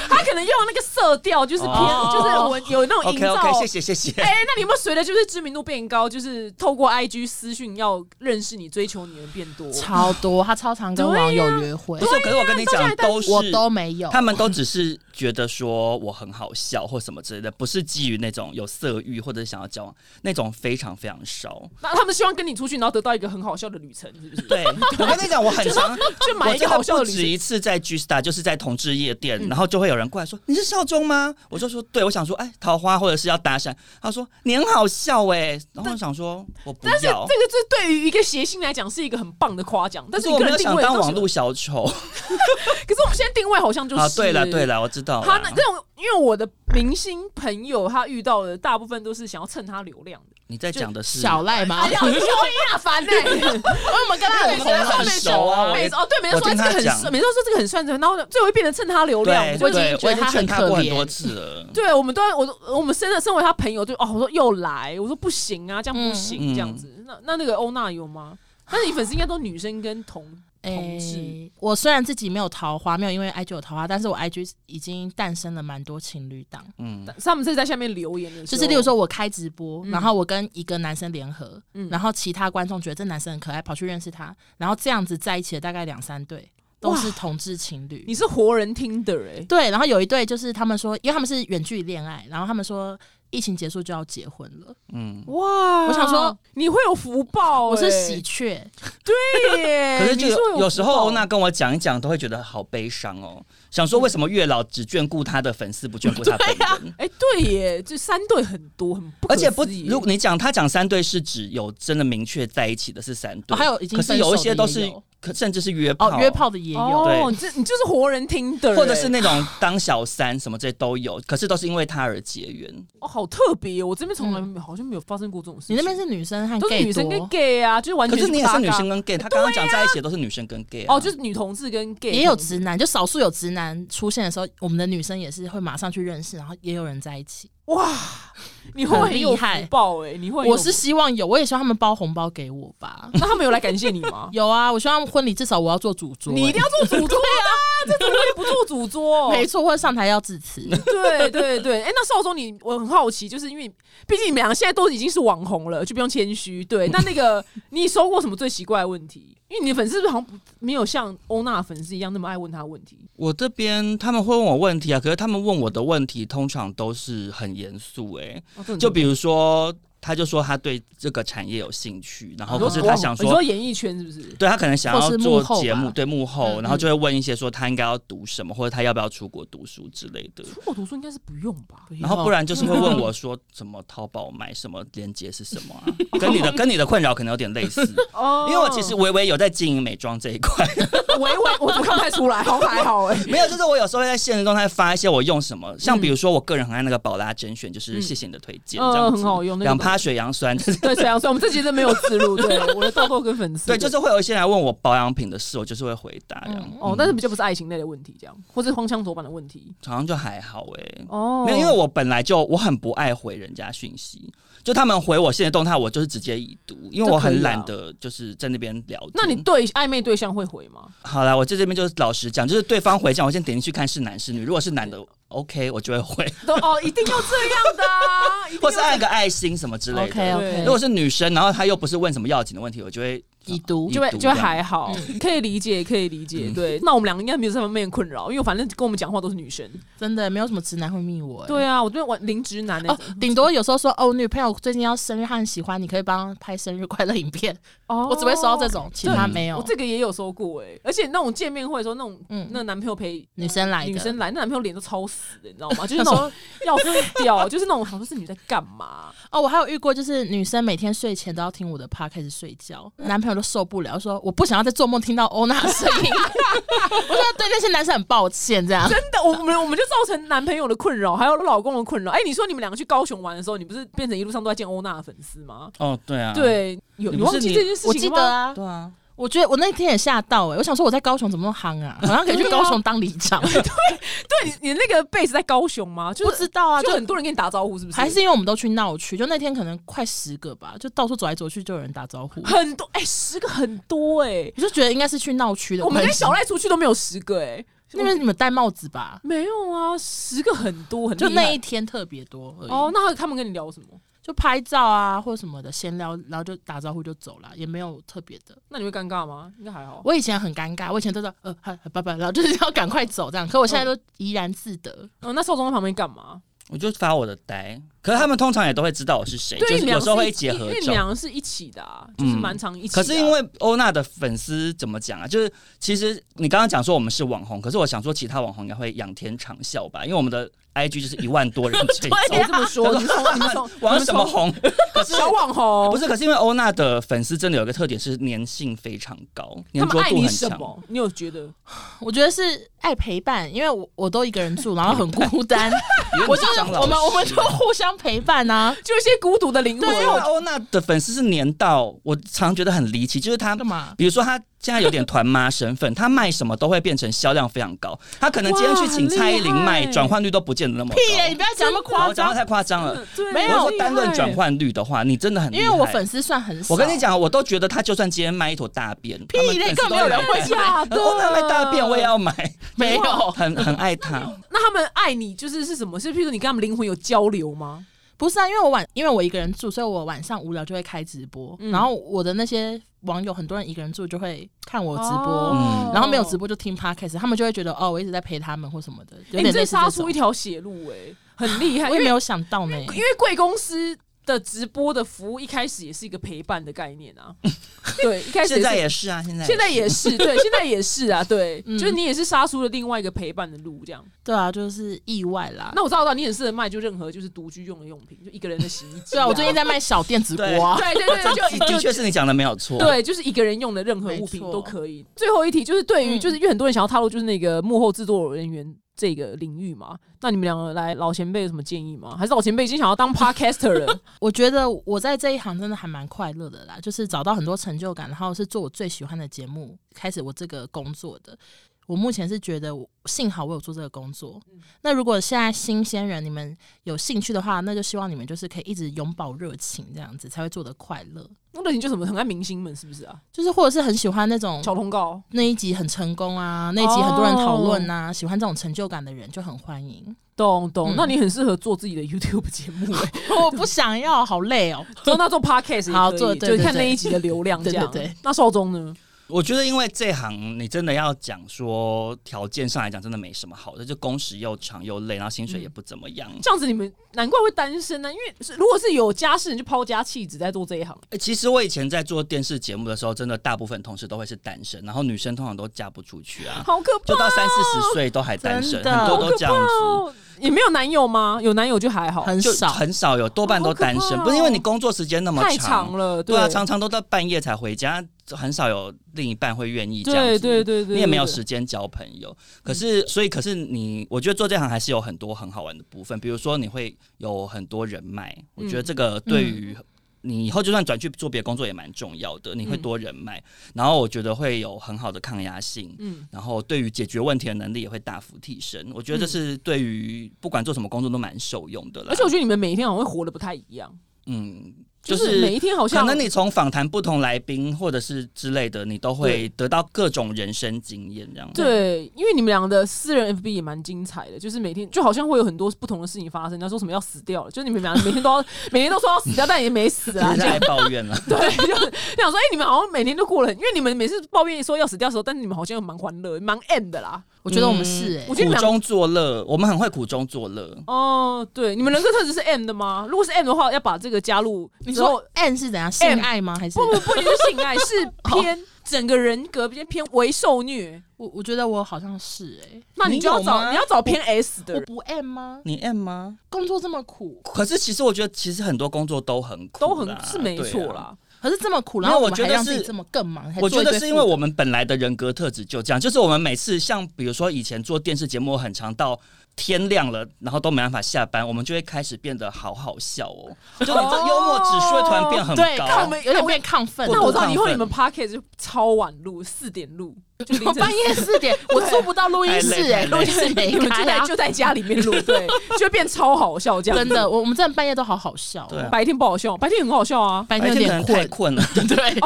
Speaker 1: 他可能用那个色调，就是偏
Speaker 3: 哦
Speaker 1: 就是我有那种营
Speaker 2: OK
Speaker 1: 造
Speaker 2: OK，谢谢谢谢。
Speaker 1: 哎、那你有没有随着就是知名度变高，就是透过 IG 私讯要认识你、追求你的人变多？
Speaker 3: 超多，他超常跟
Speaker 1: 对呀啊
Speaker 3: 网友约会
Speaker 2: 不，是，可是我跟你讲，都是
Speaker 3: 我都没
Speaker 1: 哦
Speaker 3: 有。
Speaker 2: 他们都只是觉得说我很好笑或什么之类的，不是基于那种有色欲或者想要交往那种非常非常少。
Speaker 1: 那他们希望跟你出去，然后得到一个很好笑的旅程，是不 是？
Speaker 2: 对， 我跟你讲，我很常。
Speaker 1: 就买
Speaker 2: 我
Speaker 1: 一
Speaker 2: 真
Speaker 1: 个好
Speaker 2: 的
Speaker 1: 笑
Speaker 2: 不
Speaker 1: 的旅
Speaker 2: 止
Speaker 1: 程。
Speaker 2: 一次在 G Star，就是在同志夜店，
Speaker 1: 嗯
Speaker 2: 然后就会有人过来说：“你是少中吗？”我就说：“对。”我想说：“哎，桃花或者是要搭讪。”他说：“你很好笑哎、然后我想说：“我不
Speaker 1: 但是这
Speaker 2: 要。”
Speaker 1: 个这对于一个谐星来讲是一个很棒的夸奖，但
Speaker 2: 但
Speaker 1: 是
Speaker 2: 是
Speaker 1: 你
Speaker 2: 我
Speaker 1: 个人
Speaker 2: 没有
Speaker 1: 定
Speaker 2: 想
Speaker 1: 位
Speaker 2: 当
Speaker 1: 都是
Speaker 2: 网络小丑
Speaker 1: 可是我们现在定位好像就是
Speaker 2: 啊！对了对。了，我知道啦。
Speaker 1: 他那那种，因为我的明星朋友，他遇到的大部分都是想要蹭他流量的。
Speaker 2: 你在讲的是
Speaker 3: 小赖吗？
Speaker 1: 哎呀，欸你说亚凡呢？
Speaker 3: 我们跟他很红啊
Speaker 2: 很熟啊我也
Speaker 1: 每 次哦对，每次
Speaker 2: 我
Speaker 1: 说
Speaker 2: 听
Speaker 1: 这个
Speaker 2: 他
Speaker 1: 很
Speaker 2: 讲
Speaker 1: 帅，每次说这个很帅，然后最后变成蹭他流量，
Speaker 2: 对
Speaker 1: 我就
Speaker 3: 我已经
Speaker 2: 对，
Speaker 3: 觉
Speaker 2: 我
Speaker 3: 得
Speaker 2: 已经
Speaker 3: 他
Speaker 2: 劝
Speaker 3: 很
Speaker 2: 他
Speaker 3: 可
Speaker 2: 过很
Speaker 3: 怜
Speaker 2: 多次了。
Speaker 1: 对，我们都要，我都我们身身为他朋友就，哦，我说又来，我说不行啊，这样不行，
Speaker 2: 嗯
Speaker 1: 这样子。那那那个欧娜有吗？但是你粉丝应该都女生跟同同志
Speaker 3: 诶哎我虽然自己没有桃花，没有因为 IG 有桃花，但是我 IG 已经诞生了蛮多情侣档。
Speaker 2: 嗯，
Speaker 1: 但是他们是在下面留言的时
Speaker 3: 就
Speaker 1: 候，
Speaker 3: 是，例如说，我开直播，
Speaker 1: 嗯
Speaker 3: 然后我跟一个男生联合，
Speaker 1: 嗯
Speaker 3: 然后其他观众觉得这男生很可爱，跑去认识他，然后这样子在一起的大概两三对都
Speaker 1: 哇
Speaker 3: 是同志情侣
Speaker 1: 你。是活人听的哎、
Speaker 3: 对，然后有一对就是他们说，因为他们是远距离恋爱，然后他们说疫情结束就要结婚了。
Speaker 2: 嗯，
Speaker 1: 哇！
Speaker 3: 我想说
Speaker 1: 你会有福报、
Speaker 3: 我
Speaker 1: 欸
Speaker 3: 是喜鹊，
Speaker 1: 对耶，
Speaker 2: 可是就
Speaker 1: 哎你会
Speaker 2: 有有时候欧
Speaker 1: 福报
Speaker 2: 娜跟我讲一讲，都会觉得好悲伤哦。想说为什么月老只眷顾他的粉丝，不眷顾他本人？
Speaker 1: 哎、对耶，这三对很多，很不可
Speaker 2: 而且不
Speaker 1: 思议，耶
Speaker 2: 如果你讲他讲三对，是指有真的明确在一起的是三对，
Speaker 3: 哦还有已经
Speaker 2: 可是有一
Speaker 3: 分手的
Speaker 2: 些都
Speaker 3: 也
Speaker 2: 是
Speaker 3: 有
Speaker 2: 可甚至是约炮
Speaker 3: 哦，约炮的也有，
Speaker 1: 哦，
Speaker 2: 对
Speaker 1: 你这你就是活人听的，欸
Speaker 2: 或者是那种当小三什么这些都有，可是都是因为他而结缘。
Speaker 1: 哦，好特别哦，我这边从来
Speaker 2: 嗯
Speaker 1: 没有好像没有发生过这种事情。
Speaker 3: 你那边是哦女生和
Speaker 1: 都是
Speaker 3: gay
Speaker 1: 女生跟
Speaker 3: 多
Speaker 1: gay 啊，就是完
Speaker 2: 可
Speaker 1: 全
Speaker 2: 是你也
Speaker 1: 不搭
Speaker 2: 是
Speaker 1: 嘎
Speaker 2: 女生跟 gay，他刚刚讲在一起的都是女生跟 gay 啊、
Speaker 1: 哦，就是女同志跟 gay
Speaker 3: 也有
Speaker 1: 这样
Speaker 3: 直男，就少数有直男出现的时候，我们的女生也是会马上去认识，然后也有人在一起。
Speaker 1: 哇，你会
Speaker 3: 很
Speaker 1: 很有
Speaker 3: 厉
Speaker 1: 福
Speaker 3: 害
Speaker 1: 报哎、你会有。
Speaker 3: 我是希望有，我也希望他们包红包给我吧？
Speaker 1: 那他们有来感谢你吗
Speaker 3: 有啊，我希望婚礼至少我要做 主哎桌、欸
Speaker 1: 你一定要做主桌 啊，这怎么可以不做主桌？
Speaker 3: 没错，或者上台要致辞。
Speaker 1: 对对对，哎、那少宗你，我很好奇，就是因为毕竟你们俩现在都已经是网红了，就不用谦虚。 对，那那个你收过什么最奇怪的问题？因为你的粉丝是不是好像不没有像欧娜粉丝一样那么爱问他问题？
Speaker 2: 我这边他们会问我问题啊，可是他们问我的问题通常都是很严肃哎、
Speaker 1: 哦这很
Speaker 2: 就比如说，他就说他对这个产业有兴趣，然后
Speaker 1: 你
Speaker 2: 可
Speaker 1: 说
Speaker 2: 哦是他想
Speaker 1: 嗯你说演艺圈是不是？
Speaker 2: 对他可能想
Speaker 3: 或
Speaker 2: 要
Speaker 3: 是幕
Speaker 2: 做
Speaker 3: 后
Speaker 2: 节目，
Speaker 3: 吧
Speaker 2: 对幕后，
Speaker 3: 嗯
Speaker 2: 然后就会问一些说他应该要读什么，或者他要不要出国读书之类的。
Speaker 1: 出国读书应该是不用吧？
Speaker 2: 然后不然就是会问我说，什么淘宝买什么链接是什么啊？跟你的跟你的困扰可能有点类似，
Speaker 1: 哦
Speaker 2: 因为我其实微微有在经营美妆这一块，
Speaker 1: 微微，我怎么看不太出 来？好像还好哎、
Speaker 2: 没有，就是我有时候会在现实中态发一些我用什么，像比如说我个人很爱那个宝拉甄选，就是谢谢你的推荐，
Speaker 1: 嗯
Speaker 2: 这样子、
Speaker 1: 嗯很好用那个
Speaker 2: 两趴水杨酸，就是
Speaker 1: 对，沈阳说我们这集真的没有自录， 对我的豆豆跟粉丝，
Speaker 2: 对，就是会有一些人来问我保养品的事，我就是会回答这样。
Speaker 3: 嗯
Speaker 1: 哦，但是比较不是爱情类的问题，这样，或是荒腔走板的问题
Speaker 2: 好像就还好哎、欸。
Speaker 1: 哦，
Speaker 2: 没有，因为我本来就我很不爱回人家讯息，就他们回我现在动态，我就是直接已读，因为我很懒得就是在那边聊天。
Speaker 1: 啊那你对暧昧对象会回吗？
Speaker 2: 好啦，我在这边就是老实讲，就是对方回这样，我先点进去看是男是女，如果是男的，OK，我就会回，
Speaker 1: 都哦，一定要这样的、 啊，一定
Speaker 2: 或
Speaker 1: 要
Speaker 2: 是按个爱心什么之类的。
Speaker 3: OK
Speaker 1: 对
Speaker 2: 如
Speaker 3: OK，
Speaker 2: 果是女生，然后她又不是问什么要紧的问题，我就会
Speaker 3: 已读嗯
Speaker 2: 已
Speaker 1: 就会
Speaker 2: 读
Speaker 1: 就会
Speaker 2: 这样
Speaker 1: 还好，可以理解，可以理解。
Speaker 2: 嗯
Speaker 1: 对，那我们两个应该没有这方面的困扰，因为反正跟我们讲话都是女生。
Speaker 3: 真的没有什么直男会密我、欸。
Speaker 1: 对啊，我这边玩零直男那
Speaker 3: 哦
Speaker 1: 种。，
Speaker 3: 顶多有时候说哦，我女朋友最近要生日，她很喜欢，你可以帮她拍生日快乐影片。
Speaker 1: 哦
Speaker 3: 我只会收到这。种，其他没有
Speaker 1: 我。这个也有收过哎、而且那种见面会的时候，那种
Speaker 3: 嗯
Speaker 1: 那男朋友陪
Speaker 3: 女生来的
Speaker 1: 女生来，那男朋友脸都超死的，你知道 吗？就是那种要死掉，就是那种好像是你在干 嘛？
Speaker 3: 哦，我还有遇过，就是女生每天睡前都要听我的 p 开始睡 觉，男朋友都受不了，说我不想要再做梦听到欧娜的声 音。我觉得对那些男生很抱歉，这样。
Speaker 1: 真的，我们我们就造成男朋友的困扰，还有老公的困扰。哎、你说你们两个去高雄玩的时候，你不是变成一路上都在见欧娜的粉丝吗？
Speaker 2: 哦，对啊，
Speaker 1: 对，有
Speaker 2: 你
Speaker 1: 你
Speaker 2: 不是
Speaker 1: 忘记
Speaker 2: 你
Speaker 1: 这件事情
Speaker 3: 我记
Speaker 1: 了
Speaker 3: 得
Speaker 1: 吗
Speaker 3: 啊，
Speaker 2: 对啊，
Speaker 3: 我觉得我那天也吓到哎、我想说我在高雄怎么那么 夯啊，好像可以去高雄当里长，
Speaker 1: 对你，你那个 base 在高雄吗？ 就
Speaker 3: 不
Speaker 1: 是
Speaker 3: 知道啊，
Speaker 1: 就
Speaker 3: 就
Speaker 1: 很多人跟你打招呼，是不是？
Speaker 3: 还是因为我们都去闹区，就那天可能快十个吧，就到处走来走去就有人打招呼，
Speaker 1: 很多？哎、十个很多哎、
Speaker 3: 我就觉得应该是去闹区的
Speaker 1: 我
Speaker 3: 关系。
Speaker 1: 们跟小赖出去都没有十个哎、
Speaker 3: 那边你们戴帽子吧，
Speaker 1: 没有啊，十个很多，很
Speaker 3: 就
Speaker 1: 厉
Speaker 3: 那
Speaker 1: 害
Speaker 3: 一天特别多而已。
Speaker 1: 哦。那他们跟你聊什么？
Speaker 3: 就拍照啊或什么的闲聊，然后就打招呼就走了，也没有特别的。
Speaker 1: 那你会尴尬吗？应该还好。
Speaker 3: 我以前很尴尬，我以前都是呃哈拜拜，然后就是要赶快走这样，可我现在都怡然自得。
Speaker 1: 嗯，那少总在旁边干嘛？
Speaker 2: 我就发我的呆，可是他们通常也都会知道我是谁，哎就
Speaker 1: 对，你们
Speaker 2: 是
Speaker 1: 俩
Speaker 2: 有时候
Speaker 1: 是
Speaker 2: 会结
Speaker 1: 因
Speaker 2: 合
Speaker 1: 为你们
Speaker 2: 照。
Speaker 1: 两个是一起的啊，就是
Speaker 2: 嗯
Speaker 1: 蛮常一起的
Speaker 2: 可
Speaker 1: 啊。
Speaker 2: 是因为欧娜的粉丝怎么讲啊？就是其实你刚刚讲说我们是网红，可是我想说其他网红应该会仰天长啸吧，因为我们的 IG 就是一万多人 追
Speaker 1: 我
Speaker 2: 踪，
Speaker 1: 这么说，
Speaker 2: 他说
Speaker 1: 啊你从你们 从
Speaker 2: 网什么红？可是
Speaker 1: 小网红
Speaker 2: 不是？可是因为欧娜的粉丝真的有一个特点是粘性非常高，粘
Speaker 1: 他
Speaker 2: 着
Speaker 1: 们爱
Speaker 2: 度
Speaker 1: 你
Speaker 2: 很
Speaker 1: 什
Speaker 2: 强。
Speaker 1: 么？你有觉得？
Speaker 3: 我觉得是爱陪伴，因为我我都一个人住，然后很孤单， 我就是我们我们就互相陪伴啊。
Speaker 1: 就一些孤独的啊灵魂
Speaker 2: 对，因。为欧娜的粉丝是粘到我常觉得很离奇，就是她
Speaker 3: 干嘛？
Speaker 2: 比如说，他现在有点团妈身份，他卖什么都会变成销量非常高。他可能今天去请蔡依
Speaker 1: 哇
Speaker 2: 林
Speaker 1: 很厉害
Speaker 2: 卖，转换率都不见得那么
Speaker 3: 屁耶！你
Speaker 2: 高。
Speaker 3: 不要讲那么
Speaker 2: 好
Speaker 3: 夸
Speaker 2: 讲话
Speaker 3: 张，嗯
Speaker 2: 太夸张了。
Speaker 1: 对
Speaker 3: 没有
Speaker 2: 我说单论转，换率的话，你真的很厉
Speaker 3: 因
Speaker 2: 害
Speaker 3: 为我粉丝啊算很少。
Speaker 2: 我跟你，讲，啊我都觉觉得他就算今天卖一坨大便，
Speaker 3: 屁
Speaker 2: 他们
Speaker 3: 嘞
Speaker 2: 粉丝
Speaker 3: 根本没有
Speaker 2: 都
Speaker 3: 人
Speaker 2: 来
Speaker 3: 会
Speaker 2: 买
Speaker 1: 假的
Speaker 2: 哦，他卖大便 我也要买，
Speaker 3: 没有
Speaker 2: 很很爱 他。
Speaker 1: 那他们爱你就是是什么？是譬如你跟他们灵魂有交流吗？
Speaker 3: 不是啊，因为我晚，因为我一个人住，所以我晚上无聊就会开直播。
Speaker 1: 嗯
Speaker 3: 然后我的那些网友，很多人一个人住就会看我直播，
Speaker 1: 哦
Speaker 2: 嗯
Speaker 3: 然后没有直播就听 podcast，他们就会觉得哦，我一直在陪他们或什么的，有
Speaker 1: 欸，
Speaker 3: 点
Speaker 1: 你
Speaker 3: 类
Speaker 1: 这
Speaker 3: 似这
Speaker 1: 杀
Speaker 3: 种
Speaker 1: 出一条血路哎、很厉害，
Speaker 3: 我
Speaker 1: 因为
Speaker 3: 也没有想到呢。
Speaker 1: 因为贵公司。的直播的服务一开始也是一个陪伴的概念 啊，对，一
Speaker 3: 哎
Speaker 1: 开始
Speaker 2: 现在
Speaker 1: 是
Speaker 2: 也是啊，现在
Speaker 1: 现在也是 对，现在也是啊，对，
Speaker 3: 嗯
Speaker 1: 就是你也是杀出了另外一个陪伴的路，这样。
Speaker 3: 对啊，就是意外啦。
Speaker 1: 那我知道，你很适合卖就任何就是独居用的用品，就一个人的洗衣机、
Speaker 3: 对啊，我最近在卖小电子锅 啊。
Speaker 1: 对对对，就
Speaker 2: 的确是你讲的没有错。，
Speaker 1: 对，就是一个人用的任何物品
Speaker 3: 没错
Speaker 1: 都可以。最后一题就是对于，
Speaker 3: 嗯
Speaker 1: 就是因为很多人想要踏入就是那个幕后制作人员这个领域嘛，那你们两个来老前辈有什么建议吗？还是老前辈已经想要当 podcaster 了？
Speaker 3: 我觉得我在这一行真的还蛮快乐的啦，就是找到很多成就感，然后是做我最喜欢的节目，开始我这个工作的。我目前是觉得我，幸好我有做这个工作。
Speaker 2: 嗯
Speaker 3: 那如果现在新鲜人你们有兴趣的话，那就希望你们就是可以一直永葆热情，这样子才会做得快乐。
Speaker 1: 那你就什么很爱明星们是不是啊？
Speaker 3: 就是或者是很喜欢那种
Speaker 1: 小通告
Speaker 3: 那一集很成功啊，那一集很多人讨论啊，
Speaker 2: 哦
Speaker 3: 喜欢这种成就感的人就很欢迎。
Speaker 1: 懂懂，
Speaker 3: 嗯
Speaker 1: 那你很适合做自己的 YouTube 节目、 欸，
Speaker 3: 我不想要，好累哦。
Speaker 1: 做那做 podcast 也可以
Speaker 3: 好做对对
Speaker 1: 就看
Speaker 3: 对
Speaker 1: 那一集的流量这样。
Speaker 3: 对对对
Speaker 1: 那少中呢？
Speaker 2: 我觉得，因为这行你真的要讲说条件上来讲，真的没什么好的，就工时又长又累，然后薪水也不怎么样。
Speaker 1: 这样子你们难怪会单身啊呢、因为是如果是有家室，你就抛家弃子在做这一行。
Speaker 2: 欸其实我以前在做电视节目的时候，真的大部分同事都会是单身，然后女生通常都嫁不出去 啊，
Speaker 1: 好可
Speaker 2: 就
Speaker 1: 怕！
Speaker 2: 到三四十岁都还单身，
Speaker 3: 真的
Speaker 2: 很
Speaker 1: 好
Speaker 2: 多
Speaker 1: 可
Speaker 2: 都这
Speaker 1: 怕
Speaker 2: 样子。
Speaker 1: 哦！你没有男友吗？有男友就还好，
Speaker 3: 很
Speaker 2: 就
Speaker 3: 少。
Speaker 2: 很少有，多半都单
Speaker 1: 好可
Speaker 2: 身，
Speaker 1: 怕哦
Speaker 2: 不是因为你工作时间那么
Speaker 1: 太长了。
Speaker 2: 对啊，常常都到半夜才回家，很少有另一半会愿意这样
Speaker 1: 对
Speaker 2: 子。
Speaker 1: 对对对对，
Speaker 2: 你也没有
Speaker 1: 对
Speaker 2: 时间交朋友。可是，所以，可是你，我觉得做这行还是有很多很好玩的部分，比如说你会有很多人脉，我觉得
Speaker 1: 嗯
Speaker 2: 这个对于。你以后就算转去做别的工作也蛮重要
Speaker 1: 嗯
Speaker 2: 的，你会多人脉，然后我觉得会有很好的抗压性，
Speaker 1: 嗯
Speaker 2: 然后对于解决问题的能力也会大幅提升。我觉得这是对于不管做什么工作都蛮受用的啦。
Speaker 1: 而且我觉得你们每一天好像会活得不太一样，
Speaker 2: 嗯，
Speaker 1: 就
Speaker 2: 就是
Speaker 1: 每一天好
Speaker 2: 可
Speaker 1: 像
Speaker 2: 能你从访谈不同来宾或者是之类的，你都会得到各种人生经验，这样。
Speaker 1: 对，因为你们俩的私人 FB 也蛮精彩的，就是每天就好像会有很多不同的事情发生。人家说什么要死掉了，就是你们俩每天都要每天都说要死掉，但也没死啊
Speaker 2: 现。在抱怨了。
Speaker 1: 对，就是想说，哎、你们好像每天都过了很，因为你们每次抱怨说要死掉的时候，但是你们好像蛮欢乐、蛮 end 的啦。
Speaker 3: 我觉
Speaker 2: 嗯
Speaker 3: 得我们是哎、
Speaker 1: 我觉得你
Speaker 2: 苦
Speaker 1: 们俩
Speaker 2: 中作乐，我们很会苦中作乐。
Speaker 1: 哦，对，你们人格特质是 end 的吗？如果是 end 的话，要把这个加入之后。
Speaker 3: 你说 N 是怎样性
Speaker 1: M
Speaker 3: 爱吗？还是
Speaker 1: 不不不，你是性爱，是偏整个人格偏偏为受虐。
Speaker 3: 我我觉得我好像是哎、
Speaker 1: 那你
Speaker 2: 你
Speaker 1: 就要
Speaker 2: 有
Speaker 1: 找
Speaker 2: 吗
Speaker 1: 你要找偏 S 的
Speaker 3: 我
Speaker 1: 人，
Speaker 3: 不 M 吗？
Speaker 2: 你 M 吗？
Speaker 3: 工作这么苦，
Speaker 2: 可是其实我觉得，其实很多工作都很苦啦，
Speaker 1: 都很是没错
Speaker 2: 对啊。
Speaker 1: 啦。
Speaker 3: 可是这么苦，
Speaker 2: 没
Speaker 3: 然
Speaker 2: 有
Speaker 3: 后我们
Speaker 2: 我觉
Speaker 3: 还
Speaker 2: 得
Speaker 3: 让自己
Speaker 2: 是
Speaker 3: 这么更忙，还
Speaker 2: 我觉
Speaker 3: 做一
Speaker 2: 得
Speaker 3: 堆
Speaker 2: 是因为
Speaker 3: 负
Speaker 2: 我们本来的人格特质就这样，就是我们每次像比如说以前做电视节目，很长到天亮了，然后都没办法下班，我们就会开始变得好好笑哦，就你这
Speaker 1: 哦
Speaker 2: 幽默指数会突然变很
Speaker 3: 对，
Speaker 1: 那
Speaker 3: 看
Speaker 1: 我们。
Speaker 2: 高
Speaker 3: 们有点变亢奋。
Speaker 2: 我
Speaker 1: 那我知道
Speaker 2: 不
Speaker 1: 以后
Speaker 2: 亢
Speaker 1: 你
Speaker 2: 奋
Speaker 1: 们 p o c k e t 就超晚录，四点录，就凌
Speaker 3: 我
Speaker 1: 晨
Speaker 3: 半夜 四点，我做不到录音室
Speaker 2: 太累太累
Speaker 3: 哎、录音室 没
Speaker 1: 你们就
Speaker 3: 开、
Speaker 1: 在
Speaker 3: 啊，
Speaker 1: 就在家里面录，对，就变超好笑这样。
Speaker 3: 真，的，我我们真的半夜都好好笑、
Speaker 2: 对啊
Speaker 1: 白天不好笑，白天很好笑啊。
Speaker 3: 白
Speaker 2: 白
Speaker 3: 天有
Speaker 2: 天可
Speaker 3: 点
Speaker 2: 能太哦
Speaker 3: 困，
Speaker 2: 困了，
Speaker 3: 对，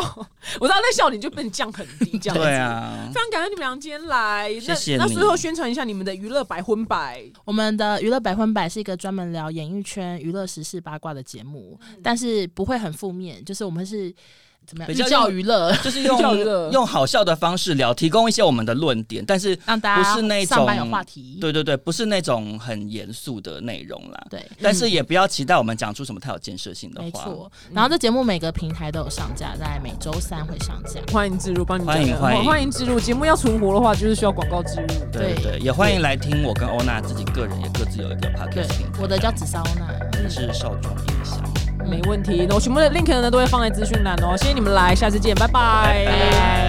Speaker 1: 我知道在笑你就变降很低这样。
Speaker 2: 对。啊
Speaker 1: 非，常感谢你们俩今天来，那
Speaker 2: 谢谢
Speaker 1: 那
Speaker 2: 你
Speaker 1: 最后宣传一下你们的娱乐百分百，
Speaker 3: 我们的娱乐百分百是一个专门聊演艺圈娱乐时事八卦的节目，但是不会很负面，就是我们是怎么
Speaker 2: 嗯
Speaker 3: 样
Speaker 2: 比
Speaker 3: 寓
Speaker 2: 较
Speaker 3: 教于乐，
Speaker 2: 就是
Speaker 1: 叫乐
Speaker 2: 用用好笑的方式聊，提供一些我们的论点，但是
Speaker 3: 让大家
Speaker 2: 不是那种
Speaker 3: 上班有话题。
Speaker 2: 对对对，不是那种很严肃的内容啦。
Speaker 3: 对，
Speaker 2: 但是也不要期待我们讲出什么太有建设性的
Speaker 3: 没
Speaker 2: 话。
Speaker 3: 错。然后这节目每个平台都有上架，在每周三会上架。
Speaker 1: 欢迎植入，帮你讲
Speaker 2: 欢迎
Speaker 1: 的
Speaker 2: 欢迎
Speaker 1: 欢迎植入，节目要存活的话，就是需要广告植入。
Speaker 2: 对对对，也欢迎来听我跟欧娜自己个人也各自有一个 podcast 频道，
Speaker 3: 我的叫紫砂欧娜，
Speaker 2: 我是少壮音响。
Speaker 1: 没问题。那我全部的 link 呢都会放在资讯栏哦。谢谢你们来，下次见，拜拜
Speaker 2: 拜拜